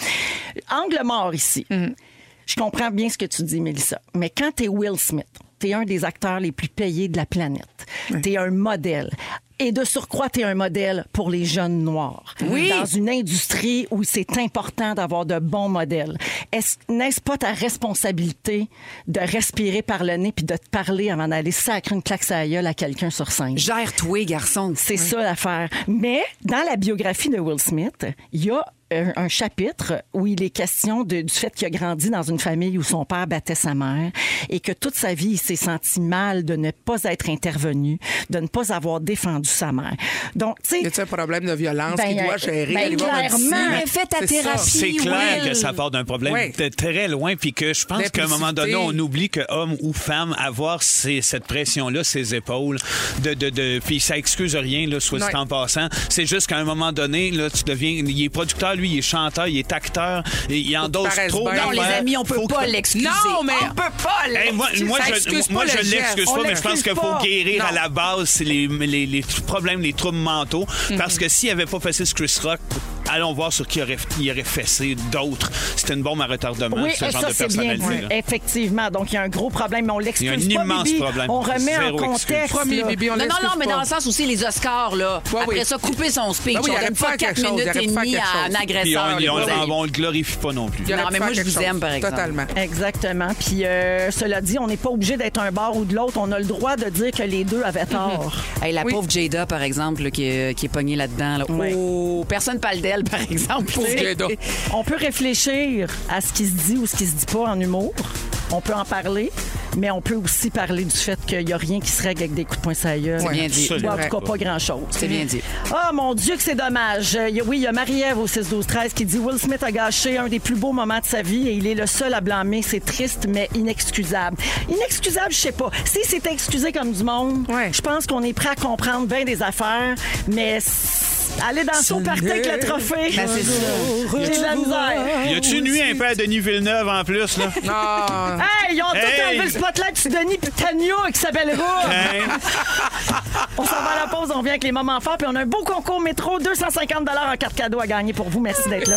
S5: Angle mort ici. Je comprends bien ce que tu dis, Mélissa, mais quand t'es Will Smith, t'es un des acteurs les plus payés de la planète. T'es un modèle. Et de surcroît, t'es un modèle pour les jeunes noirs.
S7: Oui.
S5: Dans une industrie où c'est important d'avoir de bons modèles. Est-ce- N'est-ce pas ta responsabilité de respirer par le nez puis de te parler avant d'aller sacrer une claque à gueule à quelqu'un sur scène?
S7: Gère-toi, garçon.
S5: C'est ça l'affaire. Mais dans la biographie de Will Smith, il y a un, un chapitre où il est question de- du fait qu'il a grandi dans une famille où son père battait sa mère et que toute sa vie, il s'est senti mal de ne pas être intervenu, de ne pas avoir défendu sa mère. Donc, tu sais,
S6: Y a-t-il un problème de violence
S5: Ben,
S6: qu'il doit
S5: euh,
S6: gérer?
S5: ben,
S6: aller voir un
S5: clairement,
S6: psy?
S7: mais fais ta
S6: C'est ça.
S7: thérapie.
S4: C'est clair
S7: Will.
S4: que ça part d'un problème
S6: Ouais.
S4: de très loin, puis que je pense qu'à un moment donné, on
S6: L'impulsivité.
S4: oublie que homme ou femme, avoir ces- cette pression-là, ses épaules, de, de, de- puis ça excuse rien, là, soit dit
S6: Ouais.
S4: en passant. C'est juste qu'à un moment donné, là, tu deviens, il est producteur, lui, lui, il est chanteur, il est acteur, et il endosse
S6: paraisse
S4: trop
S6: bien.
S7: Non, les
S4: d'affaires.
S7: amis, on peut
S4: Faut
S7: pas
S4: que-
S7: l'excuser.
S6: Non, mais-
S7: On peut pas
S4: Hey, moi,
S7: l'excuser.
S4: moi,
S6: ça excuse
S4: je,
S6: pas
S4: moi,
S6: le
S4: je
S6: geste.
S4: l'excuse
S6: On
S4: pas, mais je pense
S6: l'excuse
S4: qu'il
S6: pas.
S4: faut guérir
S6: Non.
S4: à la base c'est les, les- les problèmes, les troubles mentaux.
S6: Mm-hmm.
S4: Parce que s'il n'avait pas fessé ce Chris Rock, allons voir sur qui il aurait, il aurait fessé d'autres. C'était une bombe à retardement,
S5: Oui,
S4: Hein, ce genre
S5: ça,
S4: de
S5: c'est bien dit.
S4: personnalité. là.
S5: Effectivement. Donc, il y a un gros problème, mais on l'excuse pas.
S4: Il y a un immense
S5: Bibi.
S4: problème.
S5: On remet en
S4: Zéro excuse.
S5: contexte.
S6: Premier
S5: là.
S6: bébé, Eh on
S7: Non, non,
S6: l'excuse
S7: non, mais
S6: pas.
S7: dans le sens aussi, les Oscars, là.
S6: Ouais,
S7: après
S6: oui.
S7: ça, couper son speech.
S6: Ben oui, il
S7: on
S6: aurait
S7: donne
S6: pu faire
S7: pas 4
S6: quelque chose, il
S7: minutes
S6: aurait
S7: et
S6: pu faire
S7: demie
S6: quelque
S7: à
S6: chose.
S7: un
S4: Puis
S7: agresseur.
S4: on,
S7: les
S4: on-
S7: gars.
S4: on- on le glorifie pas non plus.
S6: Il aurait
S7: Non,
S6: pu
S7: mais
S6: faire
S7: moi, je
S6: quelque
S7: vous aime, par exemple.
S6: Totalement.
S5: Exactement. Puis, euh, cela dit, on n'est pas obligé d'être un bord ou de l'autre. On a le droit de dire que les deux avaient tort.
S7: Hey, la
S6: Oui.
S7: pauvre Jada, par exemple, là, qui, est, qui est pognée là-dedans. là.
S5: Ouais.
S7: Oh, personne parle d'elle, par exemple.
S6: Pauvre Jada.
S5: On peut réfléchir à ce qui se dit ou ce qui se dit pas en humour. On peut en parler, mais on peut aussi parler du fait qu'il n'y a rien qui se règle avec des coups de poing sur la gueule.
S7: C'est bien dit.
S5: Ou en
S4: Absolument.
S5: tout cas, pas grand-chose.
S7: C'est bien dit.
S5: Ah, mon Dieu, que c'est dommage. Euh, y a- oui, il y a Marie-Ève au 6-12-13 qui dit Will Smith a gâché un des plus beaux moments de sa vie et il est le seul à blâmer. C'est triste, mais inexcusable. Inexcusable, je sais pas. Si c'est excusé comme du monde,
S6: Ouais.
S5: je pense qu'on est prêt à comprendre bien des affaires, mais s- aller dans son party avec le trophée,
S7: Ben, c'est ça.
S5: j'ai de la misère.
S4: Y a-tu nuit un peu à Denis Villeneuve en plus, là?
S6: Ah,
S5: Hey, ils ont tout
S4: Hey!
S5: enlevé le spotlight sur Denis Pitagno qui s'appelle Roux.
S4: Hein?
S5: On s'en va à la pause, on vient avec les moments forts, puis on a un beau concours métro, 250 en carte cadeau à gagner pour vous. Merci d'être là.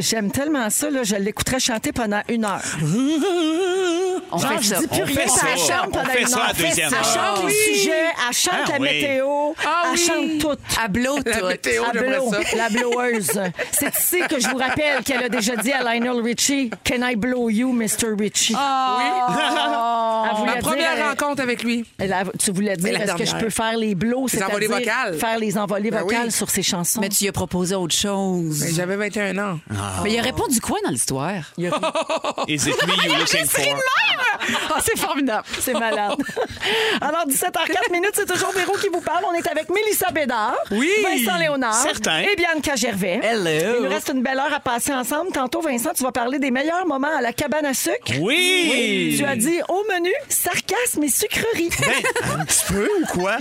S5: J'aime tellement ça, là, je l'écouterais chanter pendant une heure.
S7: On
S5: Genre,
S7: fait
S5: je
S7: ça.
S5: dis plus
S4: On
S5: rien,
S4: fait
S5: ça
S4: ça.
S5: chante
S4: On
S5: pendant
S4: fait
S5: une
S4: ça
S5: heure.
S4: à deuxième
S5: Elle
S4: heure.
S5: chante
S4: Ah
S5: le
S4: oui.
S5: sujet, elle chante
S4: Ah
S5: la
S4: oui.
S5: météo,
S6: Ah
S5: elle
S6: oui.
S5: chante tout.
S7: À blow
S6: La
S7: tout.
S6: météo,
S5: La
S6: j'aimerais
S5: blow,
S6: ça.
S5: la bloweuse. C'est ici que je vous rappelle qu'elle a déjà dit à Lionel Richie « Can I blow you, Mr. Richie? Elle voulait
S6: Ma
S5: dire,
S6: première
S5: euh,
S6: rencontre avec lui.
S5: elle a- tu voulais
S6: Mais
S5: dire,
S6: la
S5: est-ce que je
S6: dernière.
S5: peux faire les blows,
S6: Les envolées
S5: c'est-à-dire
S6: vocales.
S5: faire les envolées
S6: Ben oui.
S5: vocales sur ses chansons?
S7: Mais tu lui as proposé autre chose.
S6: Mais J'avais 21 ans.
S7: Mais il a répondu quoi dans l'histoire?
S6: Oh.
S4: Is it me you're looking for?
S7: Ah, c'est formidable.
S5: C'est malade. Alors, 17h04 minutes, c'est toujours Véro qui vous parle. On est avec Mélissa Bédard,
S6: Oui.
S5: Vincent Léonard
S4: Certain.
S5: et Bianca Gervais.
S7: Hello.
S5: Il nous reste une belle heure à passer ensemble. Tantôt, Vincent, tu vas parler des meilleurs moments à la cabane à sucre.
S4: Oui!
S5: Tu as dit au menu sarcasme et sucrerie.
S4: Ben, un petit peu ou quoi?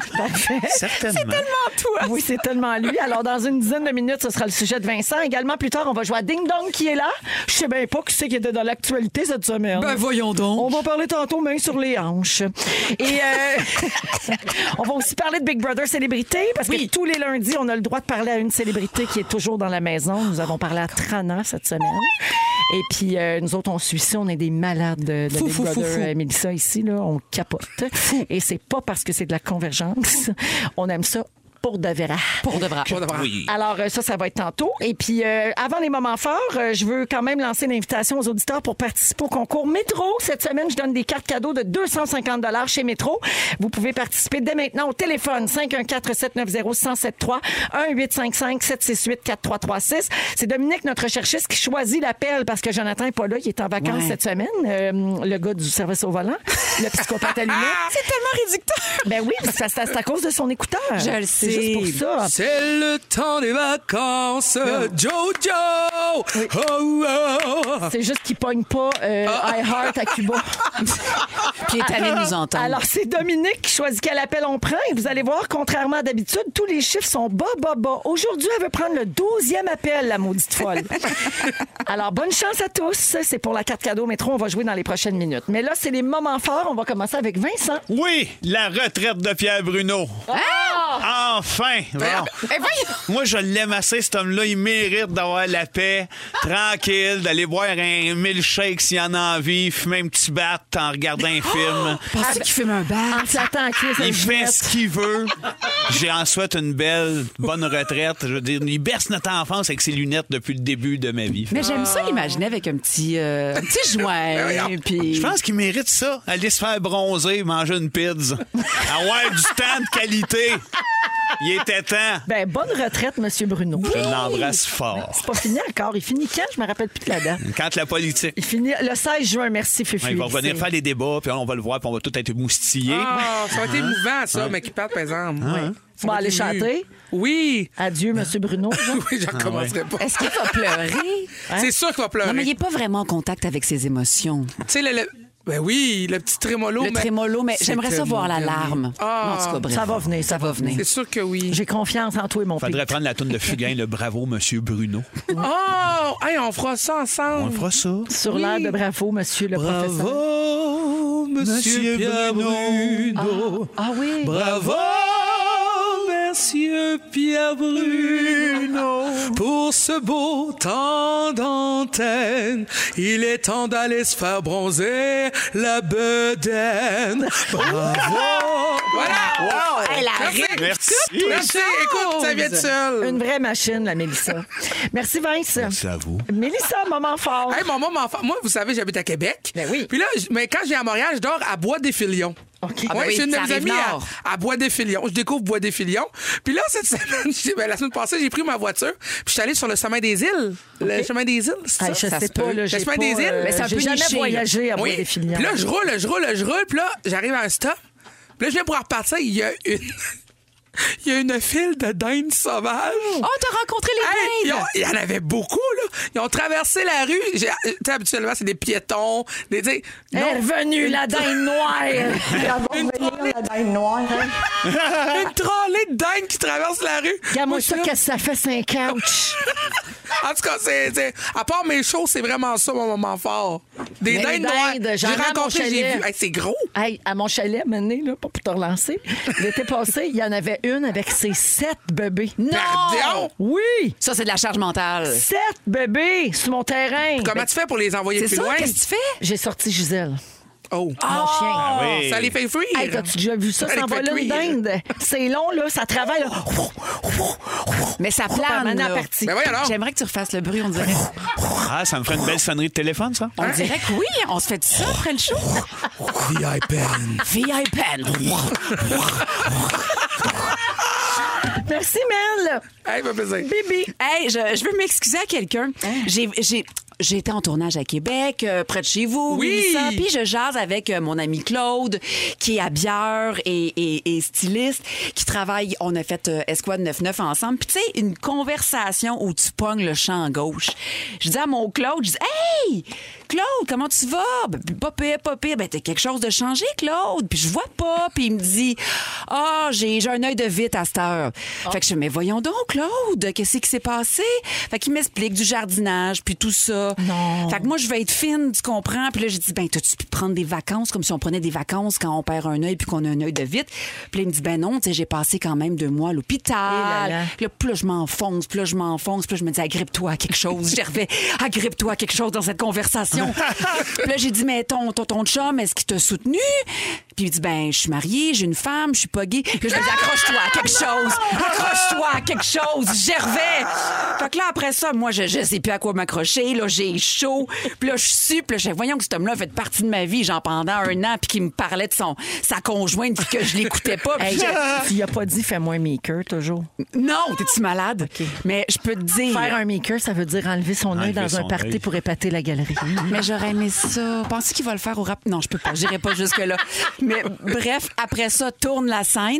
S4: Certainement.
S5: toi. Oui, c'est tellement lui. Alors, dans une dizaine de minutes, ce sera le sujet de Vincent. Également, plus tard, on va jouer à Ding Dong qui est là. Je sais bien pas qui c'est qui était dans l'actualité cette semaine.
S7: ben,
S6: Ben,
S7: voyons
S5: On
S7: donc.
S5: va parler tantôt main sur les hanches. Et euh, on va aussi parler de Big Brother célébrité parce que tous les lundis, on a le droit de parler à une célébrité qui est toujours dans la maison. Nous avons parlé à Trana cette semaine. Et puis, euh, nous autres, on suit ça. On est des malades de, de
S6: Fou,
S5: Big
S6: fou, fou,
S5: Brother.
S6: fou.
S5: Euh, Mélissa, ici, là, on capote. Et c'est pas parce que c'est de la convergence. On aime ça pour de vrai.
S7: Pour de vrai.
S6: Pas de bras.
S4: Oui.
S5: Alors, euh, ça, ça va être tantôt. Et puis, euh, avant les moments forts, euh, je veux quand même lancer une invitation aux auditeurs pour participer au concours Métro. Cette semaine, je donne des cartes cadeaux de 250 chez Métro. Vous pouvez participer dès maintenant au téléphone 514-790-1073, 1-855-768-4336. C'est Dominique, notre recherchiste, qui choisit l'appel parce que Jonathan n'est pas là. Il est en vacances
S7: Ouais.
S5: cette semaine, euh, le gars du service au volant, le psychopathe allumé.
S7: C'est tellement réducteur.
S5: Ben oui, parce que c'est à- c'est à cause de son écouteur.
S7: Je le
S5: C'est juste
S7: sais.
S5: pour
S6: Ah.
S5: ça.
S6: C'est le temps des vacances, Jojo! Oh, oh.
S5: C'est juste qu'il pogne pas euh,
S4: Ah.
S5: iHeart à Cuba.
S7: Puis il est allé nous entendre.
S5: Alors, c'est Dominique qui choisit quel appel on prend. Et vous allez voir, contrairement à d'habitude, tous les chiffres sont bas, bas, bas. Aujourd'hui, elle veut prendre le 12e appel, la maudite folle. Alors, bonne chance à tous. C'est pour la carte cadeau métro. On va jouer dans les prochaines minutes. Mais là, c'est les moments forts. On va commencer avec Vincent.
S4: Oui, la retraite de Pierre Bruno. Enfin! Bon. Moi, je l'aime assez, cet homme-là. Il mérite d'avoir la paix, tranquille, d'aller boire un milkshake s'il en a envie, fumer un petit bat en regardant un film.
S7: Pensez qu'il fume un bar.
S5: On s'attend à Chris
S4: Ah. Il fait
S5: Angevette.
S4: ce qu'il veut. J'ai en souhaite une belle, bonne retraite. Je veux dire, il berce notre enfance avec ses lunettes depuis le début de ma vie.
S7: Mais j'aime ça imaginer avec un petit, euh, un petit
S6: Ben
S7: joint. puis...
S4: Je pense qu'il mérite ça. Aller se faire bronzer, manger une pizza. Avoir du temps de qualité. Il était temps.
S5: Ben, bonne retraite, Monsieur Bruno.
S4: Je l'embrasse fort.
S5: C'est pas fini encore. Il finit quand? Je me rappelle plus de la date.
S4: Quand la politique.
S5: Il finit le 16 juin. Merci, Fufu.
S4: Ouais, il va revenir
S5: C'est-
S4: faire les débats, puis on va le voir, puis on va tout être moustillés.
S6: Ah, hein? ça a été émouvant, ça, mais qui partent, par exemple. Ouais. Ça
S5: On va
S6: m'a
S5: aller
S6: ému.
S5: chanter.
S6: Oui.
S5: Adieu, Monsieur Bruno.
S6: Oui, j'en commencerai pas.
S7: Est-ce qu'il va pleurer?
S6: C'est sûr qu'il va pleurer.
S7: Non, mais il n'est pas vraiment en contact avec ses émotions.
S6: Tu sais, le, le- Ben oui, le petit trémolo.
S7: le trémolo, mais j'aimerais ça voir la larme.
S6: Ah.
S7: En tout cas, bref.
S5: Ça va venir, ça va venir.
S6: C'est sûr que oui.
S5: J'ai confiance en toi, mon
S4: Faudrait
S5: père.
S4: prendre la toune de Fugain, le bravo, Monsieur Bruno.
S6: Oh! Hey, on fera ça ensemble.
S4: On fera ça.
S5: Sur l'air de bravo, Monsieur le professeur.
S4: Bravo, Oh, Monsieur Pierre Bruno.
S7: Ah oui.
S4: Bravo, Monsieur Pierre Bruno.
S6: Pour ce beau temps d'antenne, il est temps d'aller se faire bronzer la bedaine. Bravo! voilà!
S7: Elle a ri.
S4: Merci.
S6: Merci! Écoute, ça vient de seul.
S5: Une vraie machine, la Mélissa. Merci, Vince.
S4: Merci à vous.
S5: Mélissa, moment fort.
S6: Hey, mon moment enfant, moi, vous savez, j'habite à Québec.
S5: Ben oui.
S6: Puis là, je- mais quand j'ai à Montréal, je dors à Bois des Filions.
S5: OK. Ah
S7: ben
S6: Ouais,
S7: oui,
S6: c'est une de
S7: ça
S6: mes
S7: arrive
S6: amies
S7: nord.
S6: à, à Bois des Filions. Je découvre Bois des Filions. Puis là, cette semaine, j'ai- ben, la semaine passée, j'ai pris ma voiture. Puis je suis allée sur le chemin des îles. Le chemin des îles, c'est
S5: Hey, Ah, je
S6: ça?
S5: sais
S7: se
S5: pas,
S7: peut.
S5: là, j'ai
S6: Le
S5: pas, euh,
S6: chemin des îles?
S7: Mais c'est un
S5: j'ai
S7: peu
S5: jamais
S7: niché, là.
S5: voyagé à bois
S6: Oui.
S5: des filières.
S6: Puis là, je roule, je roule, je roule. Puis là, j'arrive à un stop. Puis là, je viens pour repartir. Il y a une. Il y a une file de dindes sauvages.
S7: Oh, t'as rencontré
S6: Hey,
S7: les
S6: ils
S7: dindes!
S6: ont- Il y en avait beaucoup, là. Ils ont traversé la rue. J'ai- euh, tu sais, habituellement, c'est des piétons. Des, tu sais,
S5: Elle est revenue, la dinde noire.
S6: une, trollée,
S5: Euh.
S6: une trollée de dindes qui traverse la rue.
S5: Regarde-moi
S6: Moi, je suis
S5: ça,
S6: là.
S5: qu'est-ce que ça fait, c'est un couch.
S6: En tout cas, c'est, c'est- à part mes shows, c'est vraiment ça mon moment fort. Des
S5: Mais les
S6: dindes noires.
S5: dindes, j'en
S6: J'ai
S5: ai à mon
S6: rencontré, j'ai
S5: chalet.
S6: vu. Hey, c'est gros.
S5: Hey, à mon chalet, mené, là, pas pour te relancer, l'été passé, il y en avait une avec ses sept bébés.
S7: Non!
S6: Pardon?
S5: Oui!
S7: Ça, c'est de la charge mentale.
S5: Sept bébés sur mon terrain.
S6: Comment tu fais pour les envoyer
S7: C'est
S6: plus
S7: ça?
S6: loin?
S7: Qu'est-ce que tu fais?
S5: J'ai sorti Gisèle,
S6: Oh.
S5: mon chien.
S4: oui.
S6: Ça les fait fuir.
S5: Ah. Hey, t'as-tu déjà vu
S6: Ça
S5: ça? Ça
S6: les fait
S5: envole une
S6: cuire.
S5: dinde. C'est long, là, ça travaille. là.
S7: Mais ça
S5: Par
S7: plane.
S5: maintenant,
S7: là.
S5: parti.
S6: Ben voyons Hein? alors.
S7: J'aimerais que tu refasses le bruit, on dirait.
S4: Ah, ça me ferait une belle sonnerie de téléphone, ça.
S7: On dirait que oui, on se fait du ça après le show. VIPN.
S5: Merci, Mel.
S6: Hey, fait plaisir.
S5: Bibi.
S7: Hey, je, je veux m'excuser à quelqu'un. J'ai- j'ai- J'étais en tournage à Québec, euh, près de chez vous,
S6: Oui.
S7: Mélissa, puis je jase avec euh, mon ami Claude, qui est habilleur et, et- et styliste, qui travaille, on a fait euh, Esquad 99 ensemble, puis tu sais, une conversation où tu pognes le champ gauche. Je dis à mon Claude, je dis « Hey, Claude, comment tu vas? Ben, puis pas pire, pas pire. Ben, t'as quelque chose de changé, Claude. Puis je vois pas. Puis il me dit, ah, j'ai j'ai un œil de vite à cette heure.
S5: Ah.
S7: Fait que je dis, mais voyons donc, Claude, qu'est-ce qui s'est passé? Fait qu'il m'explique du jardinage, puis tout ça. Fait que moi, je vais être fine, tu comprends? Puis là, j'ai dit, ben, t'as-tu pu prendre des vacances comme si on prenait des vacances quand on perd un œil puis qu'on a un œil de vite? Puis là, il me dit, ben non, tu sais, j'ai passé quand même deux mois à
S5: Eh là
S7: l'hôpital.
S5: là.
S7: Puis là, plus là, je m'enfonce, plus là, je m'enfonce, plus là, je me dis, agrippe-toi à quelque chose, Gervais, agrippe-toi à quelque chose dans cette conversation. Puis là, j'ai dit, mais ton, ton, ton chum, est-ce qu'il t'a soutenu? Puis il dit, ben, je suis mariée, j'ai une femme, je suis pas gay. Puis là, je me dis, accroche-toi à quelque chose, accroche-toi à quelque chose, Gervais. Fait que là, après ça, moi, je, je sais plus à quoi m'accrocher, là, j'ai chaud. Puis là, je suis, puis là, je fais, voyons que cet homme-là a fait partie de ma vie, genre, pendant un an, puis qu'il me parlait de son, sa conjointe, puis que je l'écoutais pas. Puis
S5: Hey,
S7: je-
S5: tu y as pas dit fais-moi un maker, toujours.
S7: Non, t'es-tu malade? Mais je peux te dire.
S5: Faire un maker, ça veut dire enlever son œil
S4: Enlever
S5: dans un
S4: son
S5: party
S4: œil.
S5: pour épater la galerie.
S7: Mais j'aurais aimé ça. Pensez qu'il va le faire au rap. Non, je peux pas. J'irai pas jusque-là. Mais bref, après ça, tourne la scène.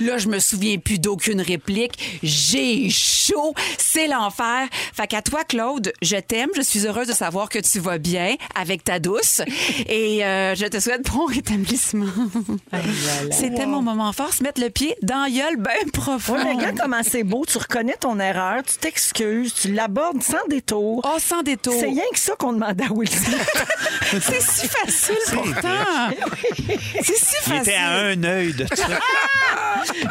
S7: Là, je me souviens plus d'aucune réplique. J'ai chaud. C'est l'enfer. Fait qu'à toi, Claude, je t'aime. Je suis heureuse de savoir que tu vas bien avec ta douce. Et euh, je te souhaite bon rétablissement. C'était mon moment fort. Se mettre le pied dans la gueule ben profond.
S5: Oui, mais regarde comment c'est beau. Tu reconnais ton erreur, tu t'excuses, tu l'abordes sans détour.
S7: Oh, sans détour.
S5: C'est rien que ça qu'on demande à Will Smith.
S7: C'est si facile pourtant. C'est si
S4: Il
S7: facile.
S4: était à un œil de ça.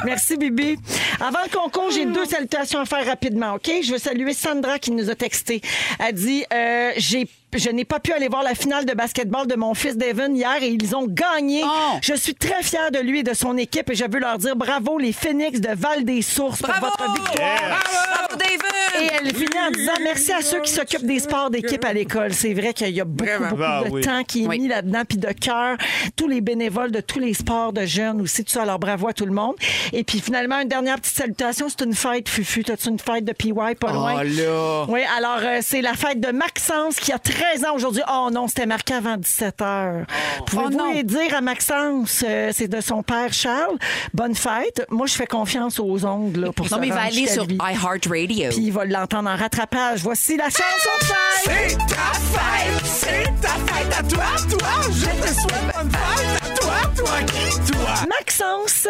S5: Merci, Bibi. Avant le concours, j'ai deux salutations à faire rapidement, OK? Je veux saluer Sandra qui nous a texté. Elle dit euh, J'ai je n'ai pas pu aller voir la finale de basketball de mon fils Devin hier et ils ont gagné.
S7: Oh!
S5: Je suis très fière de lui et de son équipe et je veux leur dire bravo les Phoenix de Val des Sources
S7: Bravo!
S5: pour votre victoire.
S7: Bravo, David!
S5: Et elle finit en disant merci à ceux qui s'occupent des sports d'équipe à l'école. C'est vrai qu'il y a beaucoup,
S6: Vraiment.
S5: beaucoup
S4: Ah
S5: de
S4: oui.
S5: temps qui est
S7: Oui.
S5: mis là-dedans, puis de cœur. Tous les bénévoles de tous les sports de jeunes aussi, tout ça. Alors bravo à tout le monde. Et puis finalement, une dernière petite salutation. C'est une fête, Fufu. T'as-tu une fête de PY pas loin?
S7: là!
S5: Oui, alors euh, c'est la fête de Maxence qui a 13 ans aujourd'hui. Oh non, c'était marqué avant 17 heures. Pouvez-vous
S7: Oh non.
S5: lui dire à Maxence, euh, c'est de son père Charles, bonne fête. Moi, je fais confiance aux ongles là, pour
S7: Non,
S5: se
S7: mais il va
S5: rendre
S7: aller
S5: jusqu'à
S7: sur
S5: lui.
S7: iHeartRadio.
S5: Puis il va l'entendre en rattrapage. Voici la chanson de fête!
S6: C'est ta fête, c'est ta fête à toi, toi. Je te souhaite bonne fête à toi, toi qui, toi.
S7: Ah.
S5: Maxence,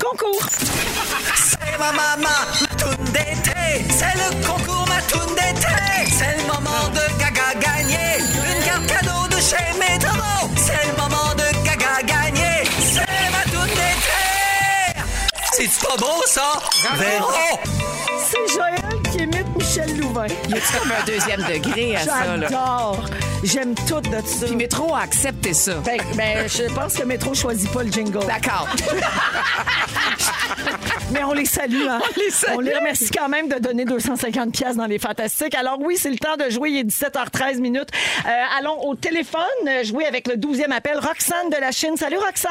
S5: concours.
S3: C'est ma maman, ma toune d'été. C'est le concours, ma toune d'été. C'est le moment de Gaga gagner. Une carte cadeau de chez Métro. C'est le moment de Gaga gagner. C'est ma toune d'été. C'est pas beau, ça? Véro!
S5: C'est Joël qui imite Michel Louvain.
S7: Il y a comme un deuxième degré à Ah, ça, là.
S5: J'adore. J'aime tout de ça.
S7: Puis Métro a accepté ça.
S5: Fait que, ben, je pense que Métro choisit pas le jingle.
S7: D'accord.
S5: Mais on les salue, hein?
S7: On les salue.
S5: On les remercie quand même de donner 250 pièces dans les fantastiques. Alors oui, c'est le temps de jouer. Il est 17h13 minutes. Euh, allons au téléphone euh, jouer avec le 12e appel. Roxane de la Chine. Salut, Roxane.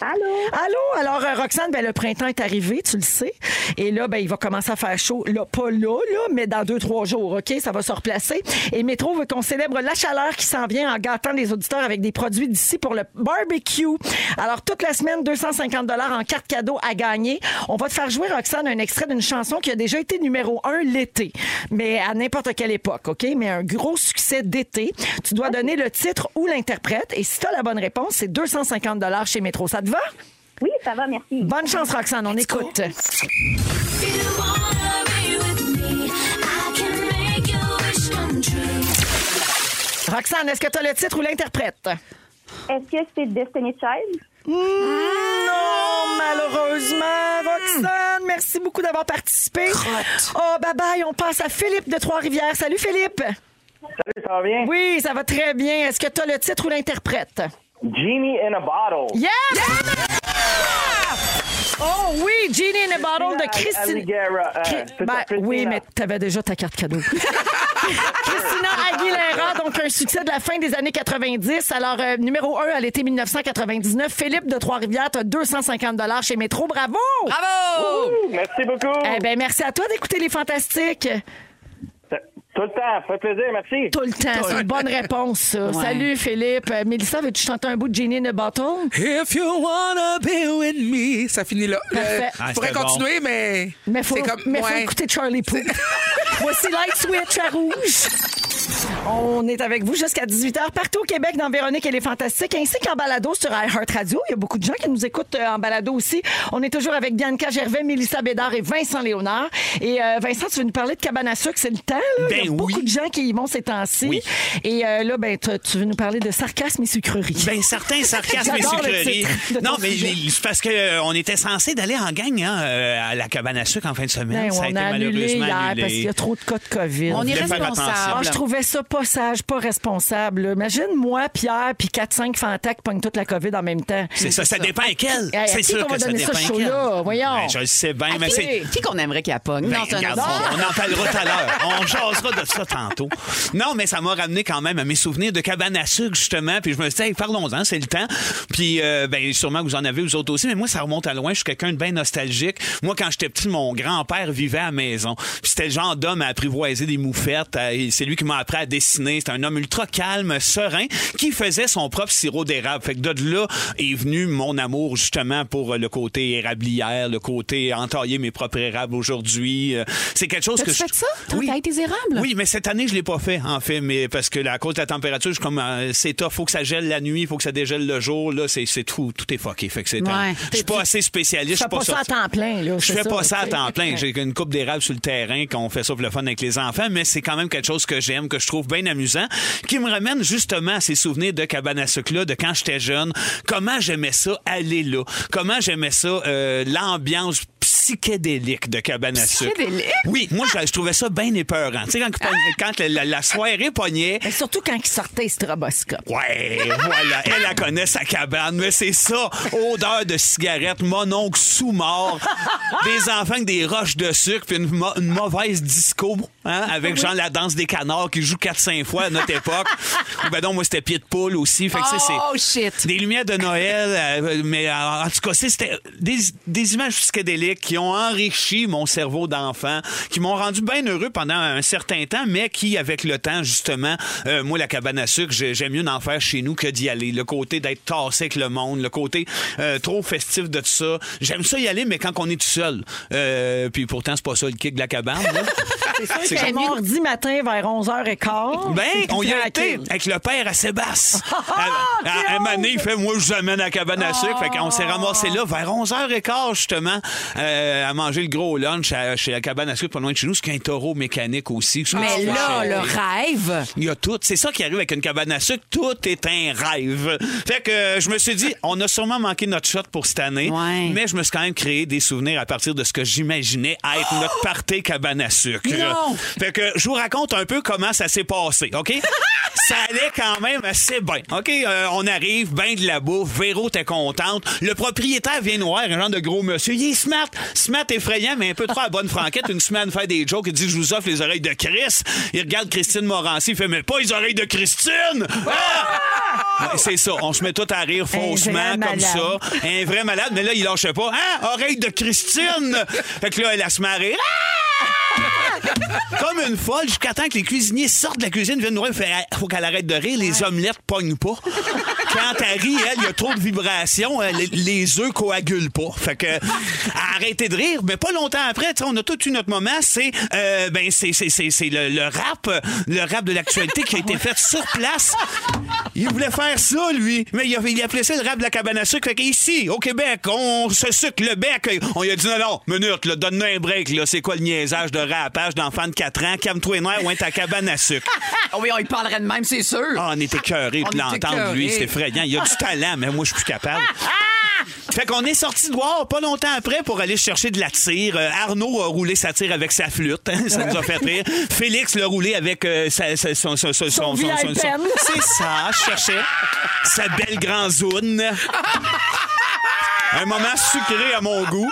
S5: Allô. Allô. Alors, euh, Roxane, ben, le printemps est arrivé, tu le sais. Et là, ben, il va commencer à faire chaud. Là, pas là, là, mais dans deux, trois jours, OK? Ça va se replacer. Et Métro veut qu'on célèbre la chaleur qui s'en vient en gâtant les auditeurs avec des produits d'ici pour le barbecue. Alors, toute la semaine, 250 en cartes cadeaux à gagner. On va te faire jouer, Roxane, un extrait d'une chanson qui a déjà été numéro un l'été, mais à n'importe quelle époque, OK? Mais un gros succès d'été. Tu dois donner le titre ou l'interprète. Et si tu as la bonne réponse, c'est 250 chez Métro. Ça te va?
S9: Oui, ça va, merci.
S5: Bonne chance, Roxane. On écoute. Roxane, est-ce que tu as le titre ou l'interprète?
S9: Est-ce que c'est Destiny Child?
S5: Non, malheureusement, Roxane. Merci beaucoup d'avoir participé. Oh, bye bye. On passe à Philippe de Trois-Rivières. Salut, Philippe.
S10: Salut, ça va bien?
S5: Oui, ça va très bien. Est-ce que tu as le titre ou l'interprète?
S10: Genie in a bottle.
S5: Yes! Oh oui, Genie in a Bottle de Christine.
S10: Aguilera, euh,
S5: Cri-
S10: c'est
S5: Ben,
S10: ça, Christina.
S5: oui, mais tu avais déjà ta carte cadeau. Christina Aguilera, donc un succès de la fin des années 90. Alors, euh, numéro 1 à l'été 1999. Philippe de Trois-Rivières, tu 250 chez Métro. Bravo!
S7: Bravo!
S10: Merci beaucoup.
S5: Eh ben, merci à toi d'écouter les fantastiques.
S10: Tout le temps. Fait plaisir. Merci.
S5: Tout le temps. C'est une bonne réponse, ça.
S7: Ouais.
S5: Salut, Philippe. Euh, Mélissa, veux-tu chanter un bout de Genie in a Bottle?
S6: If you wanna be with me. Ça finit là. Euh,
S5: Parfait.
S4: Ah,
S6: je pourrais
S4: c'était bon.
S6: continuer, mais.
S5: Mais faut,
S6: c'est comme-
S5: mais faut
S6: ouais.
S5: écouter Charlie Poop. Voici Light Switch à rouge. On est avec vous jusqu'à 18h partout au Québec dans Véronique et les Fantastiques, ainsi qu'en balado sur iHeartRadio. Il y a beaucoup de gens qui nous écoutent euh, en balado aussi. On est toujours avec Bianca Gervais, Mélissa Bédard et Vincent Léonard. Et euh, Vincent, tu veux nous parler de cabane à sucre, c'est le temps. Là. Il y a
S4: Ben
S5: beaucoup
S4: oui.
S5: de gens qui y vont ces temps-ci.
S4: Oui.
S5: Et euh, là, ben, tu- tu veux nous parler de sarcasme et sucrerie.
S4: Ben certains sarcasmes et
S5: J'adore le
S4: sucreries.
S5: titre de ton
S4: Non, mais
S5: sujet.
S4: les- c'est parce que euh, on était censé d'aller en gang hein, euh, à la cabane à sucre en fin de semaine.
S5: Ben,
S4: ça a
S5: on
S4: été
S5: a annulé
S4: malheureusement
S5: hier
S4: annulé.
S5: parce qu'il y a trop de cas de COVID.
S7: On est
S4: Faudrait faire
S7: responsable.
S5: Ah, je trouvais ça pas sage, pas responsable. là. Imagine moi, Pierre, puis 4-5 fantas qui pognent toute la COVID en même temps.
S4: C'est ça, ça dépend quel.
S5: Eh, à
S4: C'est
S5: qui
S4: sûr
S5: qu'on va
S4: que ça
S5: donner ça,
S4: dépend
S5: ce
S4: quel.
S5: show-là? Voyons.
S4: Ben, je le sais bien, mais c'est.
S7: Qui qui qu'on aimerait qu'il appogne?
S4: Ben,
S7: non, c'est un
S4: regarde,
S7: autre
S4: on, on en parlera tout à l'heure. On jasera de ça tantôt. Non, mais ça m'a ramené quand même à mes souvenirs de cabane à sucre, justement. Puis je me suis dit, hey, parlons-en, c'est le temps. Puis, euh, ben, sûrement que vous en avez, vous autres aussi. Mais moi, ça remonte à loin. Je suis quelqu'un de bien nostalgique. Moi, quand j'étais petit, mon grand-père vivait à la maison. Puis c'était le genre d'homme à apprivoiser des moufettes. à- et C'est lui qui m'a appris à dessiner. C'était un homme ultra calme, serein, qui faisait son propre sirop d'érable. Fait que de là est venu mon amour, justement, pour euh, le côté érablière, le côté entailler mes propres érables aujourd'hui. Euh, C'est quelque chose que
S7: T'as-tu
S4: je...
S7: fait ça? T'as taillé tes érables?
S4: Oui, mais cette année, je l'ai pas fait, en fait, mais parce que là, à cause de la température, je suis comme, euh, c'est tough, faut que ça gèle la nuit, faut que ça dégèle le jour, là, c'est c'est tout, tout est fucké. Fait que c'est... un-
S7: Ouais.
S4: Je suis pas assez spécialiste, je
S5: Je
S4: suis
S5: fais pas
S4: pas
S5: ça à
S4: sorti-
S5: temps plein. Là,
S4: je
S5: c'est
S4: fais pas ça à
S5: tu sais.
S4: temps plein. J'ai une coupe d'érable sur le terrain qu'on fait ça pour le fun avec les enfants, mais c'est quand même quelque chose que j'aime, que je trouve bien amusant, qui me ramène justement à ces souvenirs de cabane à sucre-là, de quand j'étais jeune. Comment j'aimais ça aller là. Comment j'aimais ça, euh, l'ambiance psy- psychédélique de cabane à sucre.
S7: Psychédélique?
S4: Oui, moi, je, je trouvais ça bien épeurant. Tu sais, quand,
S5: Ah!
S4: quand la, la- la soirée pognait,
S11: Mais surtout quand il sortait Stroboscope.
S4: Ouais, voilà, elle la connaît sa cabane, mais c'est ça, odeur de cigarette, mon oncle sous-mort, des enfants avec des roches de sucre, puis une, mo- une mauvaise disco, hein, avec genre la danse des canards qui joue 4-5 fois à notre époque. Ou ben non, moi c'était pied de poule aussi, fait que tu sais,
S7: Oh,
S4: c'est-
S7: shit.
S4: des lumières de Noël, euh, mais en, en tout cas, c'est- c'était des, des images psychédéliques qui ont enrichi mon cerveau d'enfant, qui m'ont rendu bien heureux pendant un certain temps, mais qui, avec le temps, justement, euh, moi, la cabane à sucre, j'ai- j'aime mieux d'en faire chez nous que d'y aller. Le côté d'être tassé avec le monde, le côté euh, trop festif de tout ça. J'aime ça y aller, mais quand on est tout seul. Euh, puis pourtant, c'est pas ça le kick de la cabane. là. C'est
S5: C'est
S4: comme-
S5: mardi matin vers
S7: Oh,
S5: 11h15.
S4: ben,
S5: c'est
S4: on y a été
S5: tranquille.
S4: avec le père à Sébastien.
S7: Ah,
S4: à, à- à un
S5: Claude!
S4: moment donné, il fait Moi, je vous amène à la cabane à sucre. Fait qu'on s'est ramassé là vers 11h15, justement, euh, à manger le gros lunch à- chez la cabane à sucre, pas loin de chez nous, ce qui est un taureau mécanique aussi. Ce que
S7: Mais
S4: tu vois,
S7: là,
S4: chez-
S7: le rêve.
S4: il y a tout. C'est ça qui arrive avec une cabane à sucre. Tout est un rêve. Fait que euh, je me suis dit, on a sûrement manqué notre shot pour cette année,
S7: Ouais.
S4: mais je me suis quand même créé des souvenirs à partir de ce que j'imaginais être notre party cabane à sucre.
S7: Non!
S4: Fait que je vous raconte un peu comment ça s'est passé, OK? ça allait quand même assez bien. OK, euh, on arrive, ben de la bouffe, Véro t'es contente. Le propriétaire vient nous voir, un genre de gros monsieur. Il est smart, smart effrayant, mais un peu trop à bonne franquette. Une semaine faire des jokes, il dit je vous offre les oreilles de Chris. Il regarde Christine Morancy, il fait mais pas les oreilles de Christine! Ah! Ouais, C'est ça, on se met tout à rire faussement
S5: vrai
S4: comme ça.
S5: malade.
S4: Un vrai malade, mais là, il lâchait pas. Hein? Oreille de Christine! Fait que là, elle a se marré. Comme une folle, jusqu'à temps que les cuisiniers sortent de la cuisine, viennent nous voir, fait, Ah, faut qu'elle arrête de rire, les omelettes pognent pas. Quand elle rit, elle, il y a trop de vibrations, euh, les, les œufs coagulent pas. Fait que, arrêtez de rire, mais pas longtemps après, tu sais, on a tout eu notre moment, c'est, euh, ben, c'est, c'est, c'est, c'est le, le rap, euh, le rap de l'actualité qui a été fait sur place. Il voulait faire ça, lui. Mais il, avait- il appelait ça le rap de la cabane à sucre. Fait qu'ici, au Québec, on se sucre le bec. On lui a dit non, non, minute, là, donne-nous un break, là. C'est quoi le niaisage de rapage d'enfant de 4 ans? Calme-toi et noir, ou ta cabane à sucre.
S7: Ah oui, on y parlerait de même, c'est sûr.
S4: Ah, on était cœurés
S7: On
S4: de
S7: était
S4: l'entendre,
S7: écoeurés.
S4: lui. C'est effrayant. Il a du talent, mais moi, je suis plus capable. Fait qu'on est sorti dehors pas longtemps après pour aller chercher de la tire. Euh, Arnaud a roulé sa tire avec sa flûte. hein, ça nous a fait rire. Félix l'a roulé avec euh, sa- sa- son, son, son, son,
S5: VIPN.
S4: C'est ça, je cherchais. Sa belle grande zone. Un moment sucré à mon goût.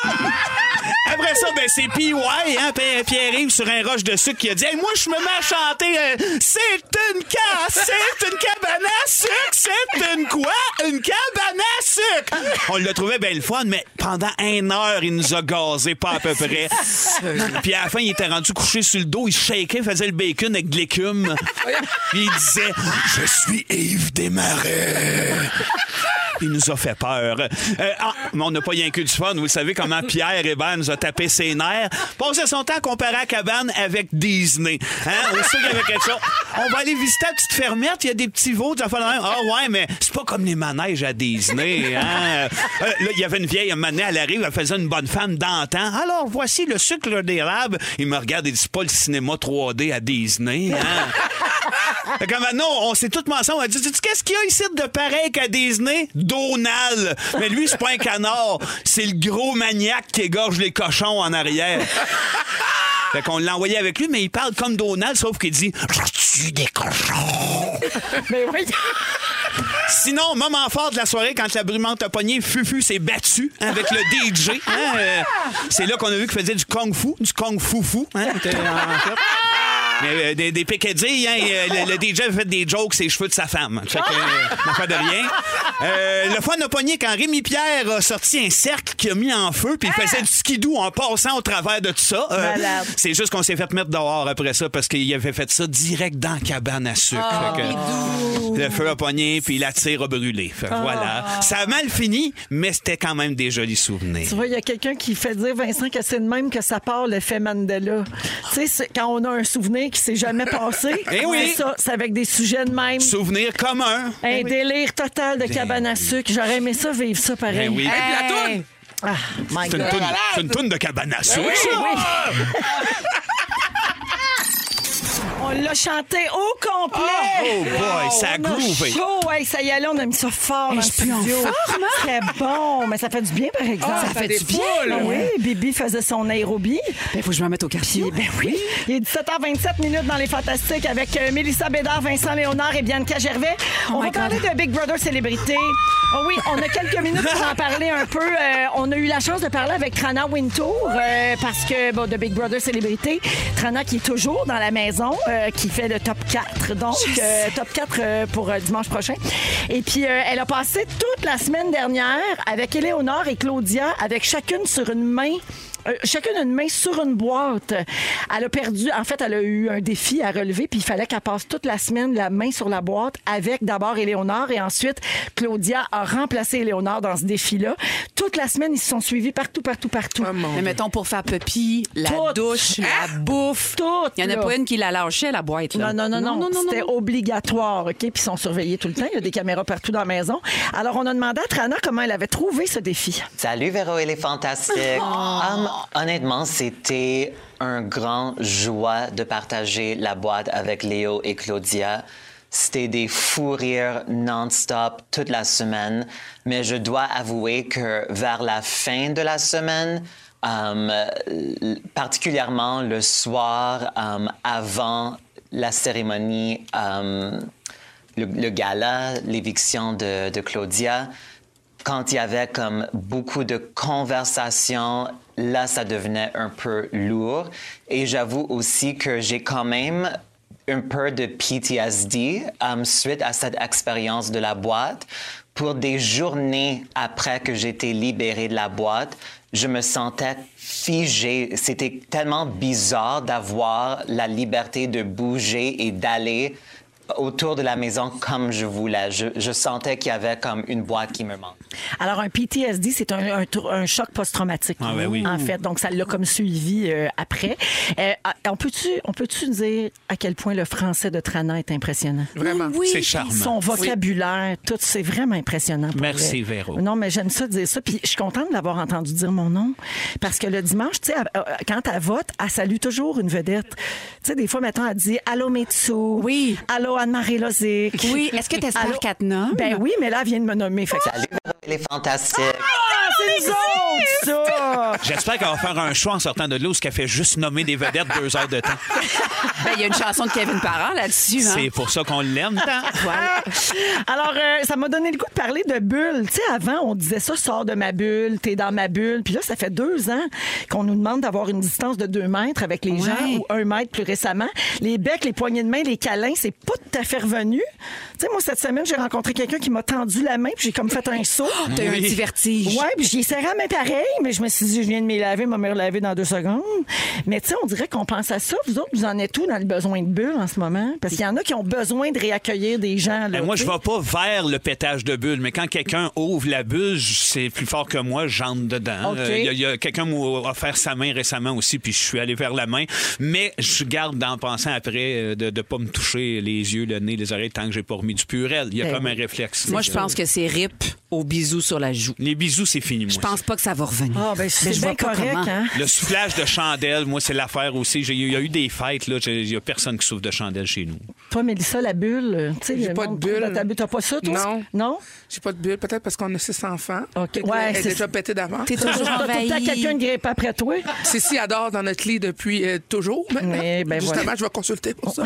S4: Après ça, ben, c'est PY, hein, P- Pierre-Yves sur un roche de sucre qui a dit Hey, Moi, je me mets à chanter euh, C'est une ca, c'est une cabane à sucre, c'est une quoi Une cabane à sucre On l'a trouvé belle fun, mais pendant une heure, il nous a gazé pas à peu près. Puis à la fin, il était rendu couché sur le dos, il shakeait, faisait le bacon avec de l'écume. Puis il disait Je suis Yves Desmarais. Il nous a fait peur. Euh, ah, mais on n'a pas rien que du fun. Vous le savez comment Pierre Hébert nous a tapé ses nerfs. Passait son temps à comparer à cabane avec Disney. Hein? On sait qu'il y avait quelque chose. On va aller visiter la petite fermette. Il y a des petits veaux. des affaires de même. Ah ouais, mais c'est pas comme les manèges à Disney. Hein? Euh, là, il y avait une vieille manée. Elle arrive, elle faisait une bonne femme d'antan. Alors, voici le sucre d'érable. Il me regarde et dit, c'est pas le cinéma 3D à Disney. Hein? Fait que maintenant, on s'est tous mensonges. On a dit, Sais-tu qu'est-ce qu'il y a ici de pareil qu'à Disney? Donald. Mais lui, c'est pas un canard. C'est le gros maniaque qui égorge les cochons en arrière. Fait qu'on l'a envoyé avec lui, mais il parle comme Donald, sauf qu'il dit « Je tue des cochons! »
S5: Mais Ben oui.
S4: Sinon, moment fort de la soirée, quand la brumante a pogné, Fufu s'est battu hein, avec le DJ. hein, euh, c'est là qu'on a vu qu'il faisait du kung-fu, du kung-fu-fu. hein, que- en fait. Mais, euh, des, des piquedilles, hein, et, euh, le, le DJ a fait des jokes ses cheveux de sa femme. Fait que, euh, pas de rien. Euh, le fun a pogné quand Rémi Pierre a sorti un cercle qu'il a mis en feu, puis il faisait du skidou en passant au travers de tout ça. Euh,
S5: Ah! Malade.
S4: c'est juste qu'on s'est fait mettre dehors après ça parce qu'il avait fait ça direct dans la cabane à sucre.
S5: Ah,
S4: Fait que le feu a pogné, puis la tire a brûlé. Fait que
S5: Ah.
S4: voilà. Ça a mal fini, mais c'était quand même des jolis souvenirs.
S5: Tu vois, il y a quelqu'un qui fait dire, Vincent, que c'est de même que ça part l'effet Mandela. Tu sais, c'est quand on a un souvenir qui s'est jamais passé,
S4: Eh oui. Eh
S5: c'est ça, c'est avec des sujets de même.
S4: Souvenirs communs.
S5: Un délire total de cabane à sucre. J'aurais aimé ça, vivre ça pareil.
S4: Ben oui.
S6: Hey, puis la toune!
S5: Ah, Ben my
S4: C'est une
S5: God.
S4: toune- c'est une toune de cabane à sucre, ça.
S5: Oui. on l'a chanté au complet.
S6: Ah,
S4: Oh boy, ça a
S5: On a
S4: groové.
S5: chaud. Hey, ça y est, là, on a mis ça fort dans
S12: Hey,
S5: le
S12: je suis en
S5: studio.
S12: forme, hein?
S5: C'était bon, mais ça fait du bien, par exemple.
S6: Ah, ça fait du bien, là.
S5: Oui, Bibi faisait son aérobie.
S7: Il faut que je me mette au cardio.
S5: Ben oui. Il est 17h27 minutes dans les Fantastiques avec euh, Mélissa Bédard, Vincent Léonard et Bianca Gervais. on va
S7: Oh my God.
S5: parler de Big Brother Célébrité. Ah oui, on a quelques minutes pour en parler un peu. Euh, on a eu la chance de parler avec Trana Wintour euh, parce que, bon, de Big Brother Célébrité, Trana qui est toujours dans la maison, euh, qui fait le top 4, donc euh, top 4 euh, pour euh, dimanche prochain. Et puis, euh, elle a passé toute la semaine dernière avec Éléonore et Claudia, avec chacune sur une main euh, chacune une main sur une boîte. Elle a perdu, en fait, elle a eu un défi à relever, puis il fallait qu'elle passe toute la semaine la main sur la boîte avec d'abord Éléonore et ensuite Claudia a remplacé Éléonore dans ce défi-là. Toute la semaine, ils se sont suivis partout, partout, partout.
S7: Mais mettons pour faire pipi, la
S5: Toutes.
S7: douche, la bouffe.
S5: Toutes,
S7: Il n'y en a
S5: là.
S7: pas une qui la lâchait, la boîte.
S5: Non,
S7: là.
S5: non, non, non. C'était obligatoire, OK? Puis ils sont surveillés tout le temps. Il y a des caméras partout dans la maison. Alors, on a demandé à Trana comment elle avait trouvé ce défi.
S3: Salut Véro, elle est fantastique. Hum, honnêtement, c'était un grand joie de partager la boîte avec Léo et Claudia. C'était des fous rires non-stop toute la semaine, mais je dois avouer que vers la fin de la semaine, hum, l- particulièrement le soir hum, avant la cérémonie, hum, le, le gala, l'éviction de- de Claudia, quand il y avait comme beaucoup de conversations, là, ça devenait un peu lourd. Et j'avoue aussi que j'ai quand même un peu de PTSD euh, suite à cette expérience de la boîte. Pour des journées après que j'étais libérée de la boîte, je me sentais figée. C'était tellement bizarre d'avoir la liberté de bouger et d'aller autour de la maison comme je voulais. Je, je sentais qu'il y avait comme une boîte qui me manque.
S5: Alors, un PTSD, c'est un, un trou- un choc post-traumatique,
S4: Ah, ben oui.
S5: en fait. Donc, ça l'a comme suivi euh, après. Euh, on peut-tu on peut dire à quel point le français de Trana est impressionnant?
S6: Vraiment.
S4: C'est charmant.
S5: Son vocabulaire, tout, c'est vraiment impressionnant. pour
S4: Merci,
S5: vrai.
S4: Véro.
S5: Non, mais j'aime ça dire ça. Puis je suis contente de l'avoir entendu dire mon nom. Parce que le dimanche, tu sais, elle- euh, quand elle vote, elle salue toujours une vedette. Tu sais, des fois, maintenant, elle dit Allô, Metsu.
S7: Oui.
S5: Allô, Anne-Marie Lozic.
S7: Oui, est-ce que t'espères
S5: Allô?
S7: qu'elle te nomme?
S5: Ben oui, mais là, elle vient de me nommer. Fait que-
S3: Salut, Véro, elle est fantastique.
S5: Ah, c'est nous autres, ça!
S4: J'espère qu'on va faire un choix en sortant de l'eau, ce qui a fait juste nommer des vedettes deux heures de temps.
S7: Ben, il y a une chanson de Kevin Parent là-dessus. hein.
S4: C'est pour ça qu'on l'aime tant.
S7: Voilà.
S5: Alors, euh, ça m'a donné le goût de parler de bulle. Tu sais, avant, on disait ça, sors de ma bulle, t'es dans ma bulle. Puis là, ça fait deux ans qu'on nous demande d'avoir une distance de deux mètres avec les gens ou un mètre plus récemment. Les becs, les poignées de main, les câlins, c'est pas tout à fait revenu. Tu sais, moi, cette semaine, j'ai rencontré quelqu'un qui m'a tendu la main, puis j'ai comme fait un saut.
S7: Ah, T'as eu un petit vertige.
S5: Ouais, puis j'y serré à main pareil, mais je me suis dit, je viens de m'y laver, je vais me relaver dans deux secondes. Mais tu sais, on dirait qu'on pense à ça. Vous autres, vous en êtes où dans le besoin de bulle en ce moment? Parce qu'il y en a qui ont besoin de réaccueillir des gens. Là,
S4: Ben, moi,
S5: tu
S4: je
S5: sais.
S4: vais pas vers le pétage de bulle, mais quand quelqu'un ouvre la bulle, je- c'est plus fort que moi, j'entre dedans.
S5: OK.
S4: Euh, Il y a- il y a, quelqu'un m'a offert sa main récemment aussi, puis je suis allé vers la main. Mais je garde d'en pensant après euh, de ne pas me toucher les yeux, le nez, les oreilles tant que j'ai pas remis du purel. Il y a
S5: Ben
S4: comme
S5: oui.
S4: un réflexe.
S7: Moi, je pense que c'est rip au bisou sur la joue.
S4: Les bisous, c'est fini, moi.
S7: Je pense pas que ça va revenir.
S5: Ah, ben, c'est
S7: Mais je
S5: bien
S7: vois pas
S5: correct,
S7: comment.
S5: hein?
S4: Le soufflage de chandelle, moi, c'est l'affaire aussi. J'ai- Il y a eu des fêtes, là. J'ai- Il y a personne qui souffle de chandelle chez nous.
S5: Toi, Mélissa, la bulle, euh, tu sais,
S6: J'ai
S5: le
S6: pas de
S5: monde trouve
S6: bulle.
S5: dans ta bulle. T'as pas ça, toi?
S6: Non.
S5: Non?
S6: J'ai pas de bulle, peut-être parce qu'on a six enfants.
S5: OK.
S6: Fait que
S5: Ouais,
S6: là, elle est
S5: c'est-
S6: déjà pétée d'avant.
S7: T'es toujours
S5: T'as tout le temps
S7: envahi.
S5: quelqu'un qui grippe après toi.
S6: Cécile adore dans notre lit depuis euh, toujours. Maintenant.
S5: Oui, ben
S6: Justement,
S5: voilà.
S6: je vais consulter pour ça.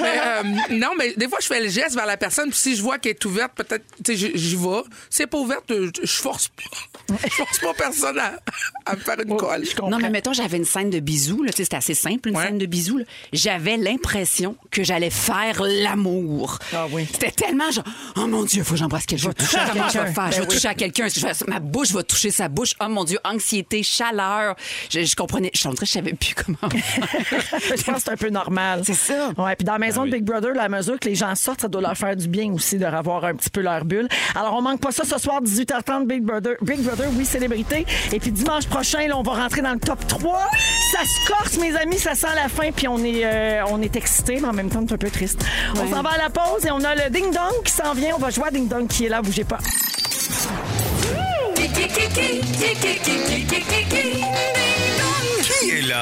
S6: Mais, euh, non, mais des fois, je fais le geste vers la personne. Puis si je vois qu'elle est ouverte, peut-être, tu sais, j'y- j'y vais. Si elle n'est pas ouverte, euh, je je force pas. Je force pas personne à, à me faire une colle.
S5: Oh, Je comprends.
S7: Non, mais mettons, j'avais une scène de bisous. là, tu sais, C'était assez simple, une
S6: Ouais.
S7: scène de bisous. là. J'avais l'impression que j'allais faire l'amour.
S5: Ah oui.
S7: C'était tellement genre, oh mon Dieu, faut que j'embrasse quelqu'un.
S5: toucher à
S7: Comment je vais
S5: quelqu'un.
S7: faire? Je
S5: Ben
S7: vais toucher à quelqu'un. Est-ce que je vais- Ma bouche va toucher sa bouche. Oh mon Dieu, anxiété, chaleur. Je, je comprenais. Je, on dirait que je savais plus comment. faire.
S5: je pense que c'est un peu normal.
S7: C'est ça.
S5: Ouais, puis dans la maison
S4: oui.
S5: de Big Brother, la mesure que les gens sortent, ça doit leur faire du bien aussi de revoir un petit peu leur bulle. Alors, on manque pas ça ce soir, 18h30, Big Brother. Big Brother, oui, célébrité. Et puis dimanche prochain, là, on va rentrer dans le top 3. Ça se corse, mes amis, ça sent la fin, puis on est, euh, on est excités, mais en même temps, on est un peu triste. On s'en va à la pause et on a le Ding Dong qui s'en vient. On va jouer à Ding Dong qui est là, bougez pas.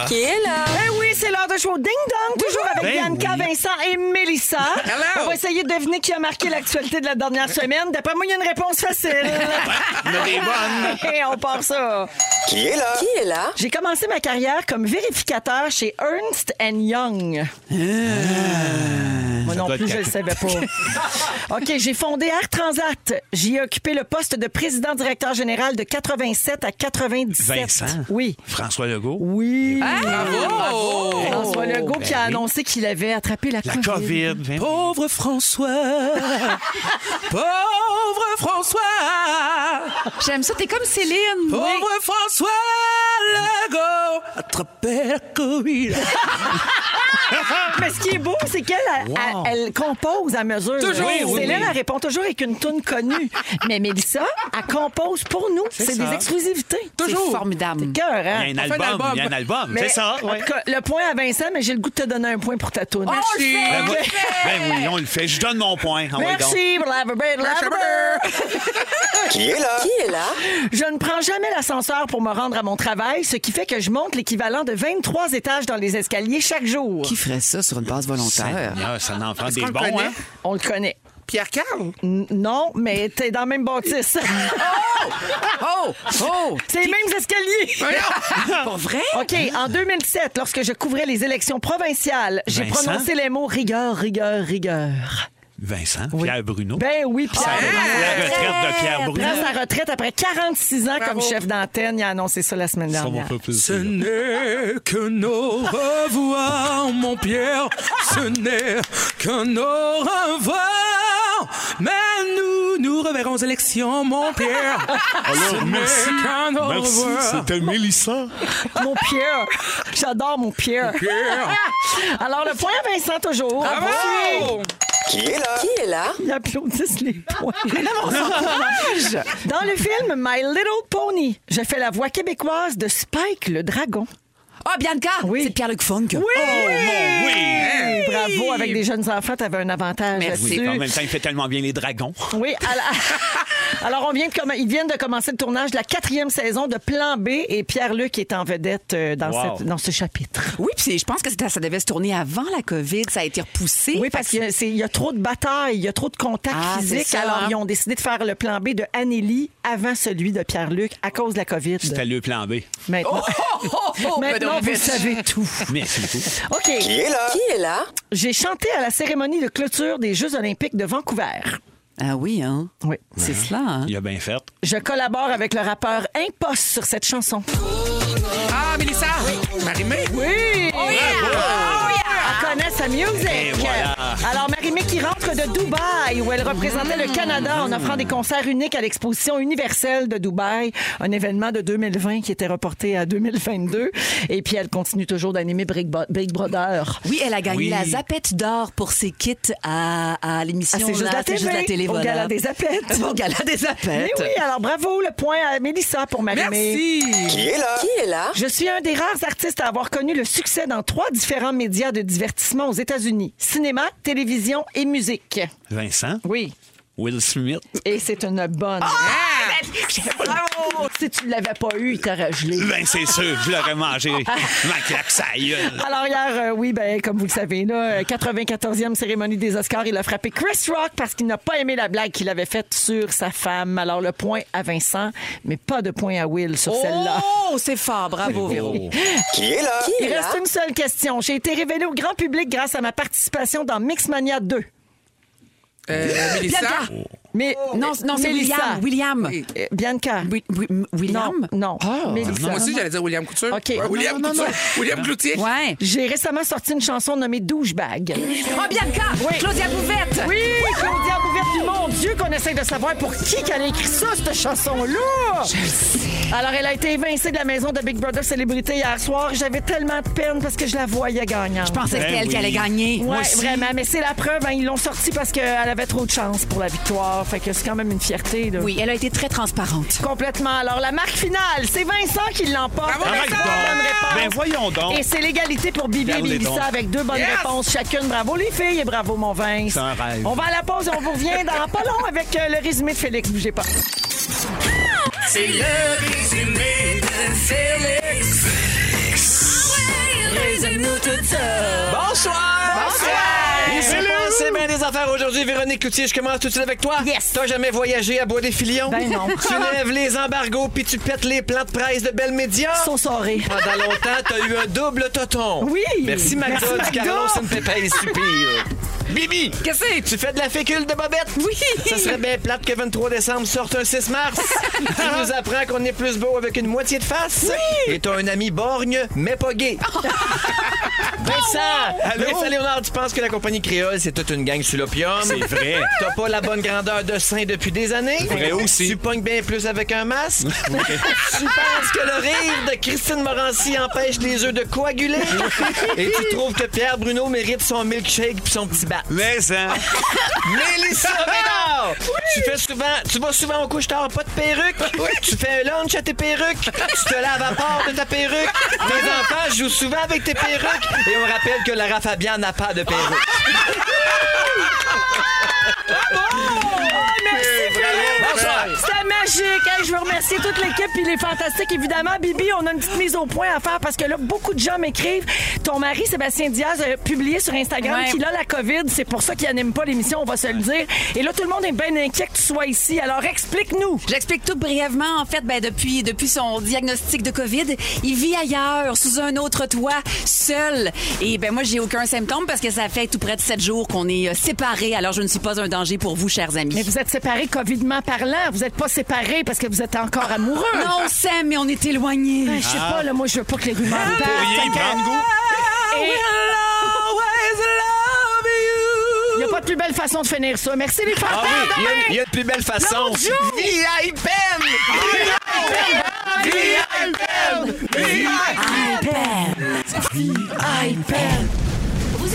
S1: Qui est là?
S5: Eh oui, c'est l'heure l'heure de jouer au Ding Dong, toujours avec
S11: Ben
S5: Bianca,
S11: oui.
S5: Vincent et Mélissa.
S11: Hello.
S5: On va essayer de deviner qui a marqué l'actualité de la dernière semaine. D'après moi, il y a une réponse facile.
S3: mais des bonnes.
S5: Et on part ça.
S3: Qui est là? Qui
S5: est là? J'ai commencé ma carrière comme vérificateur chez Ernst Young. Moi
S3: Ça
S5: non
S3: doit
S5: plus,
S3: être
S5: je le savais pas. OK, j'ai fondé Air Transat. J'y ai occupé le poste de président-directeur général de 87 à 97.
S4: Vincent.
S5: Oui.
S4: François Legault.
S5: Oui.
S6: Ah,
S4: bravo!
S5: François Legault qui a
S4: Oh, Ben oui.
S5: annoncé qu'il avait attrapé la,
S4: La COVID. ben oui.
S6: oh! Pauvre François! Pauvre François!
S7: J'aime ça, t'es comme Céline.
S6: Pauvre François Legault! Attrapé la COVID!
S5: Mais ce qui est beau, c'est qu'elle elle-
S6: Wow.
S5: elle, elle compose à mesure.
S6: Toujours. Oui, oui,
S5: Céline,
S6: oui.
S5: elle répond toujours avec une toune connue. Mais Mélissa, elle compose pour nous.
S7: C'est
S5: C'est
S7: ça.
S5: des exclusivités.
S7: Toujours. C'est formidable.
S5: C'est cœur, hein?
S4: Il y a un
S5: On fait
S4: album, il y a un album,
S5: Mais,
S4: c'est ça,
S5: En
S4: ouais.
S5: tout cas, le point à Vincent, mais j'ai le goût de te donner un point pour ta toune.
S4: Ben, moi- ben oui, on le fait. Je donne mon point. Ah oui, donc.
S5: Merci, blabber,
S4: Qui est là? Qui
S5: est là? Je ne prends jamais l'ascenseur pour me rendre à mon travail, ce qui fait que je monte l'équivalent de 23 étages dans les escaliers chaque jour.
S7: Qui ferait ça sur une base volontaire?
S4: Seigneur, Ah, ça en prend
S7: Est-ce
S4: des
S7: qu'on le
S4: bons,
S7: connaît?
S4: hein?
S5: On le connaît.
S6: Pierre Carl?
S5: Non, mais t'es dans la même bâtisse.
S7: Oh! Oh!
S5: C'est les mêmes escaliers.
S7: Pour vrai?
S5: OK, en 2007, lorsque je couvrais les élections provinciales, j'ai
S4: Vincent?
S5: prononcé les mots rigueur, rigueur, rigueur.
S4: Vincent, Pierre Bruno.
S5: Ben oui,
S4: Ça
S5: Pierre.
S4: a été la retraite de Pierre Bruno.
S5: prend sa retraite après 46 ans comme chef d'antenne. Il a annoncé ça la semaine
S4: Ça m'a
S5: dernière.
S4: fait
S6: Ce
S4: plaisir.
S6: n'est qu'un au revoir, mon Pierre. Ce n'est qu'un au revoir. Mais nous, nous reverrons aux élections, mon Pierre. Ce n'est qu'un au revoir.
S4: Mélissa.
S5: Mon Pierre. J'adore mon Pierre.
S6: Pierre.
S5: Alors, le point à Vincent, toujours.
S6: Oh. Bravo!
S3: Qui est là?
S2: Qui est là?
S5: Ils applaudissent les points. Dans le film My Little Pony, je fais la voix québécoise de Spike le dragon.
S7: Ah, Bianca! C'est Pierre-Luc Funk.
S5: Oui!
S7: Oh.
S4: mon oui!
S5: Hey, Bravo, avec des jeunes enfants, t'avais un avantage
S7: Merci.
S4: Oui,
S5: là-dessus.
S4: en même temps, il fait tellement bien les dragons.
S5: Oui, alors, alors on vient de comm- ils viennent de commencer le tournage de la quatrième saison de Plan B et Pierre-Luc est en vedette euh, dans,
S4: Wow.
S5: cette- dans ce chapitre.
S7: Oui, puis c'est- je pense que c'était- ça devait se tourner avant la COVID. Ça a été repoussé.
S5: Oui, parce qu'il y a- c'est- il y a trop de batailles, il y a trop de contacts
S7: Ah, c'est
S5: physiques.
S7: ça,
S5: alors,
S7: hein.
S5: ils ont décidé de faire le plan B de Anneli avant celui de Pierre-Luc à cause de la COVID.
S4: C'était le plan B.
S5: Maintenant,
S7: Oh, oh, oh,
S5: maintenant
S7: Madame
S5: vous
S7: Fitch.
S5: savez tout.
S4: Merci beaucoup.
S5: OK.
S2: Qui est là?
S5: J'ai chanté à la cérémonie de clôture des Jeux olympiques de Vancouver.
S7: Ah oui, hein?
S5: Oui.
S7: C'est cela, hein?
S4: Il a bien fait.
S5: Je collabore avec le rappeur Impost sur cette chanson.
S6: Ah, Mélissa! Marie-Mé!
S5: Oui!
S2: Oh,
S5: Elle connaît sa musique.
S4: Et voilà.
S5: Alors, Marie-Mé qui rentre de Dubaï, où elle représentait
S2: Mm.
S5: le Canada en offrant des concerts uniques à l'exposition universelle de Dubaï, un événement de 2020 qui était reporté à 2022. Et puis, elle continue toujours d'animer Big, Bo- Big Brother.
S7: Oui, elle a gagné
S4: Oui.
S7: la zapette d'or pour ses kits à, à l'émission.
S5: Ah, c'est juste
S7: là,
S5: la
S7: juste
S5: TV,
S7: la télé,
S5: au
S7: voilà.
S5: gala des zapettes.
S7: Au gala des
S5: Mais
S7: zapettes.
S5: oui, alors bravo, le point à Mélissa pour Marie-Mé.
S6: Merci!
S3: Qui est là?
S2: Qui est là?
S5: Je suis un des rares artistes à avoir connu le succès dans trois différents médias de divertissement aux États-Unis cinéma, télévision et musique.
S4: Vincent,
S5: Oui.
S4: Will Smith.
S5: Et c'est une
S7: Ah,
S5: bonne. Si tu ne l'avais pas eu, il t'aurait gelé.
S4: Ben, c'est sûr, je l'aurais mangé. Ma claque, ça gueule.
S5: Alors hier, euh, oui, ben, comme vous le savez, là, euh, 94e cérémonie des Oscars, il a frappé Chris Rock parce qu'il n'a pas aimé la blague qu'il avait faite sur sa femme. Alors le point à Vincent, mais pas de point à Will sur celle-là.
S7: Oh, c'est fort. Bravo, Véro.
S3: Qui est là?
S2: Qui
S5: Il
S2: est là?
S5: reste une seule question. J'ai été révélée au grand public grâce à ma participation dans Mixmania 2.
S6: Euh, Mélissa!
S7: Bianca.
S5: Mais
S7: Oh! Non, non c'est
S5: Mélissa.
S7: William. William.
S6: Oui.
S5: Euh, Bianca.
S7: Wi- Wi- William? Ah!
S5: Non, non. Mélissa.
S6: Moi aussi, j'allais dire William Couture.
S5: OK.
S6: Ouais,
S5: Non,
S6: William
S5: non,
S6: Couture.
S5: non.
S6: William Cloutier.
S7: Ouais.
S5: J'ai récemment sorti une chanson nommée Douchebag.
S7: Oh, Bianca!
S5: Oui.
S7: Claudia Bouvette!
S5: Oui, Claudia Bouvette du Mon Dieu, qu'on essaie de savoir pour qui qu'elle a écrit ça, cette chanson-là. Alors, elle a été évincée de la maison de Big Brother Célébrité hier soir. J'avais tellement de peine parce que je la voyais gagnante.
S7: Je pensais que c'était
S4: Ben
S7: elle qui
S4: oui.
S7: allait gagner.
S5: Ouais, vraiment. Mais c'est la preuve, hein, ils l'ont sortie parce qu'elle avait trop de chance pour la victoire. Fait que c'est quand même une fierté. Là.
S7: Oui, elle a été très transparente.
S5: Complètement. Alors, la marque finale, c'est Vincent qui l'emporte.
S6: Bravo,
S5: Bonne
S4: Arrête
S6: Vincent!
S5: réponse.
S4: donc. Ben, voyons donc.
S5: Et c'est l'égalité pour Bibi et
S4: Regarde les dons.
S5: Mélissa avec deux bonnes
S6: Yes!
S5: réponses chacune. Bravo les filles et bravo mon Vince.
S4: C'est un rêve.
S5: On va à la pause et on vous revient dans pas long avec euh, le résumé de Félix. Bougez pas.
S3: C'est le résumé de Félix.
S2: Résume-nous
S3: toute seule. Bonsoir! Bonsoir! Il s'est passé bien des affaires aujourd'hui. Véronique Cloutier, je commence tout de suite avec toi. Yes! T'as jamais voyagé à Bois des Filions?
S5: Ben non.
S3: Tu lèves les embargos puis tu pètes les plans de presse de Belle Média?
S5: Sont sorés.
S3: Pendant longtemps, t'as eu un double toton.
S5: Oui.
S3: Merci, Magda
S5: Merci,
S3: du
S5: Magda.
S3: Carlos une Pépin soupir. Bibi!
S7: Qu'est-ce que c'est?
S3: Tu fais de la fécule de Bobette?
S7: Oui.
S3: Ça serait bien plate que 23 décembre sorte un 6 mars. tu nous apprends qu'on est plus beau avec une moitié de face. Oui. Et t'as un ami borgne, mais pas gay.
S4: Oh.
S3: Vincent! Vincent Léonard, tu penses que la compagnie créole, c'est toute une gang sur l'opium?
S4: C'est vrai.
S3: T'as pas la bonne grandeur de sein depuis des années?
S4: Vrai aussi.
S3: Tu pognes bien plus avec un masque? tu penses que le rire de Christine Morancy empêche les œufs de coaguler? Et tu trouves que Pierre Bruno mérite son milkshake puis son petit bat?
S4: Mais hein, ça.
S3: Mélissa Bédard! Tu fais souvent, tu vas souvent au couche tard, pas de perruque. Tu fais un lunch à tes perruques. Tu te laves à part de ta perruque. Les enfants jouent souvent avec tes perruques. Et on rappelle que Lara Fabian n'a pas de perruque.
S5: Oh,
S3: Bonsoir.
S5: C'était magique. Hey, je veux remercier toute l'équipe. Il est fantastique, évidemment. Bibi, on a une petite mise au point à faire parce que là, beaucoup de gens m'écrivent. Ton mari, Sébastien Diaz, a publié sur Instagram
S7: Ouais.
S5: qu'il a la COVID. C'est pour ça qu'il n'anime pas l'émission, on va se le dire. Et là, tout le monde est bien inquiet que tu sois ici. Alors, explique-nous.
S7: J'explique tout brièvement. En fait, ben, depuis, depuis son diagnostic de COVID, il vit ailleurs, sous un autre toit, seul. Et ben moi, j'ai aucun symptôme parce que ça fait tout près de sept jours qu'on est euh, séparés. Alors, je ne suis pas un danger pour vous, chers amis.
S5: Mais vous êtes séparés covidement parlant. Vous n'êtes pas séparés parce que vous êtes encore amoureux.
S7: Non, Sam, mais on est éloignés.
S5: Ben, Je sais pas, là, moi, je veux pas que les rumeurs partent.
S7: Ah,
S4: Pourrier, prendre goût.
S5: Il n'y a pas de plus belle façon de finir ça. Merci, les fantasmes.
S3: Ah oui, il y a une- il y, a une plus belle façon.
S5: L'autre jour.
S3: VIPM! VIPM!
S2: Vous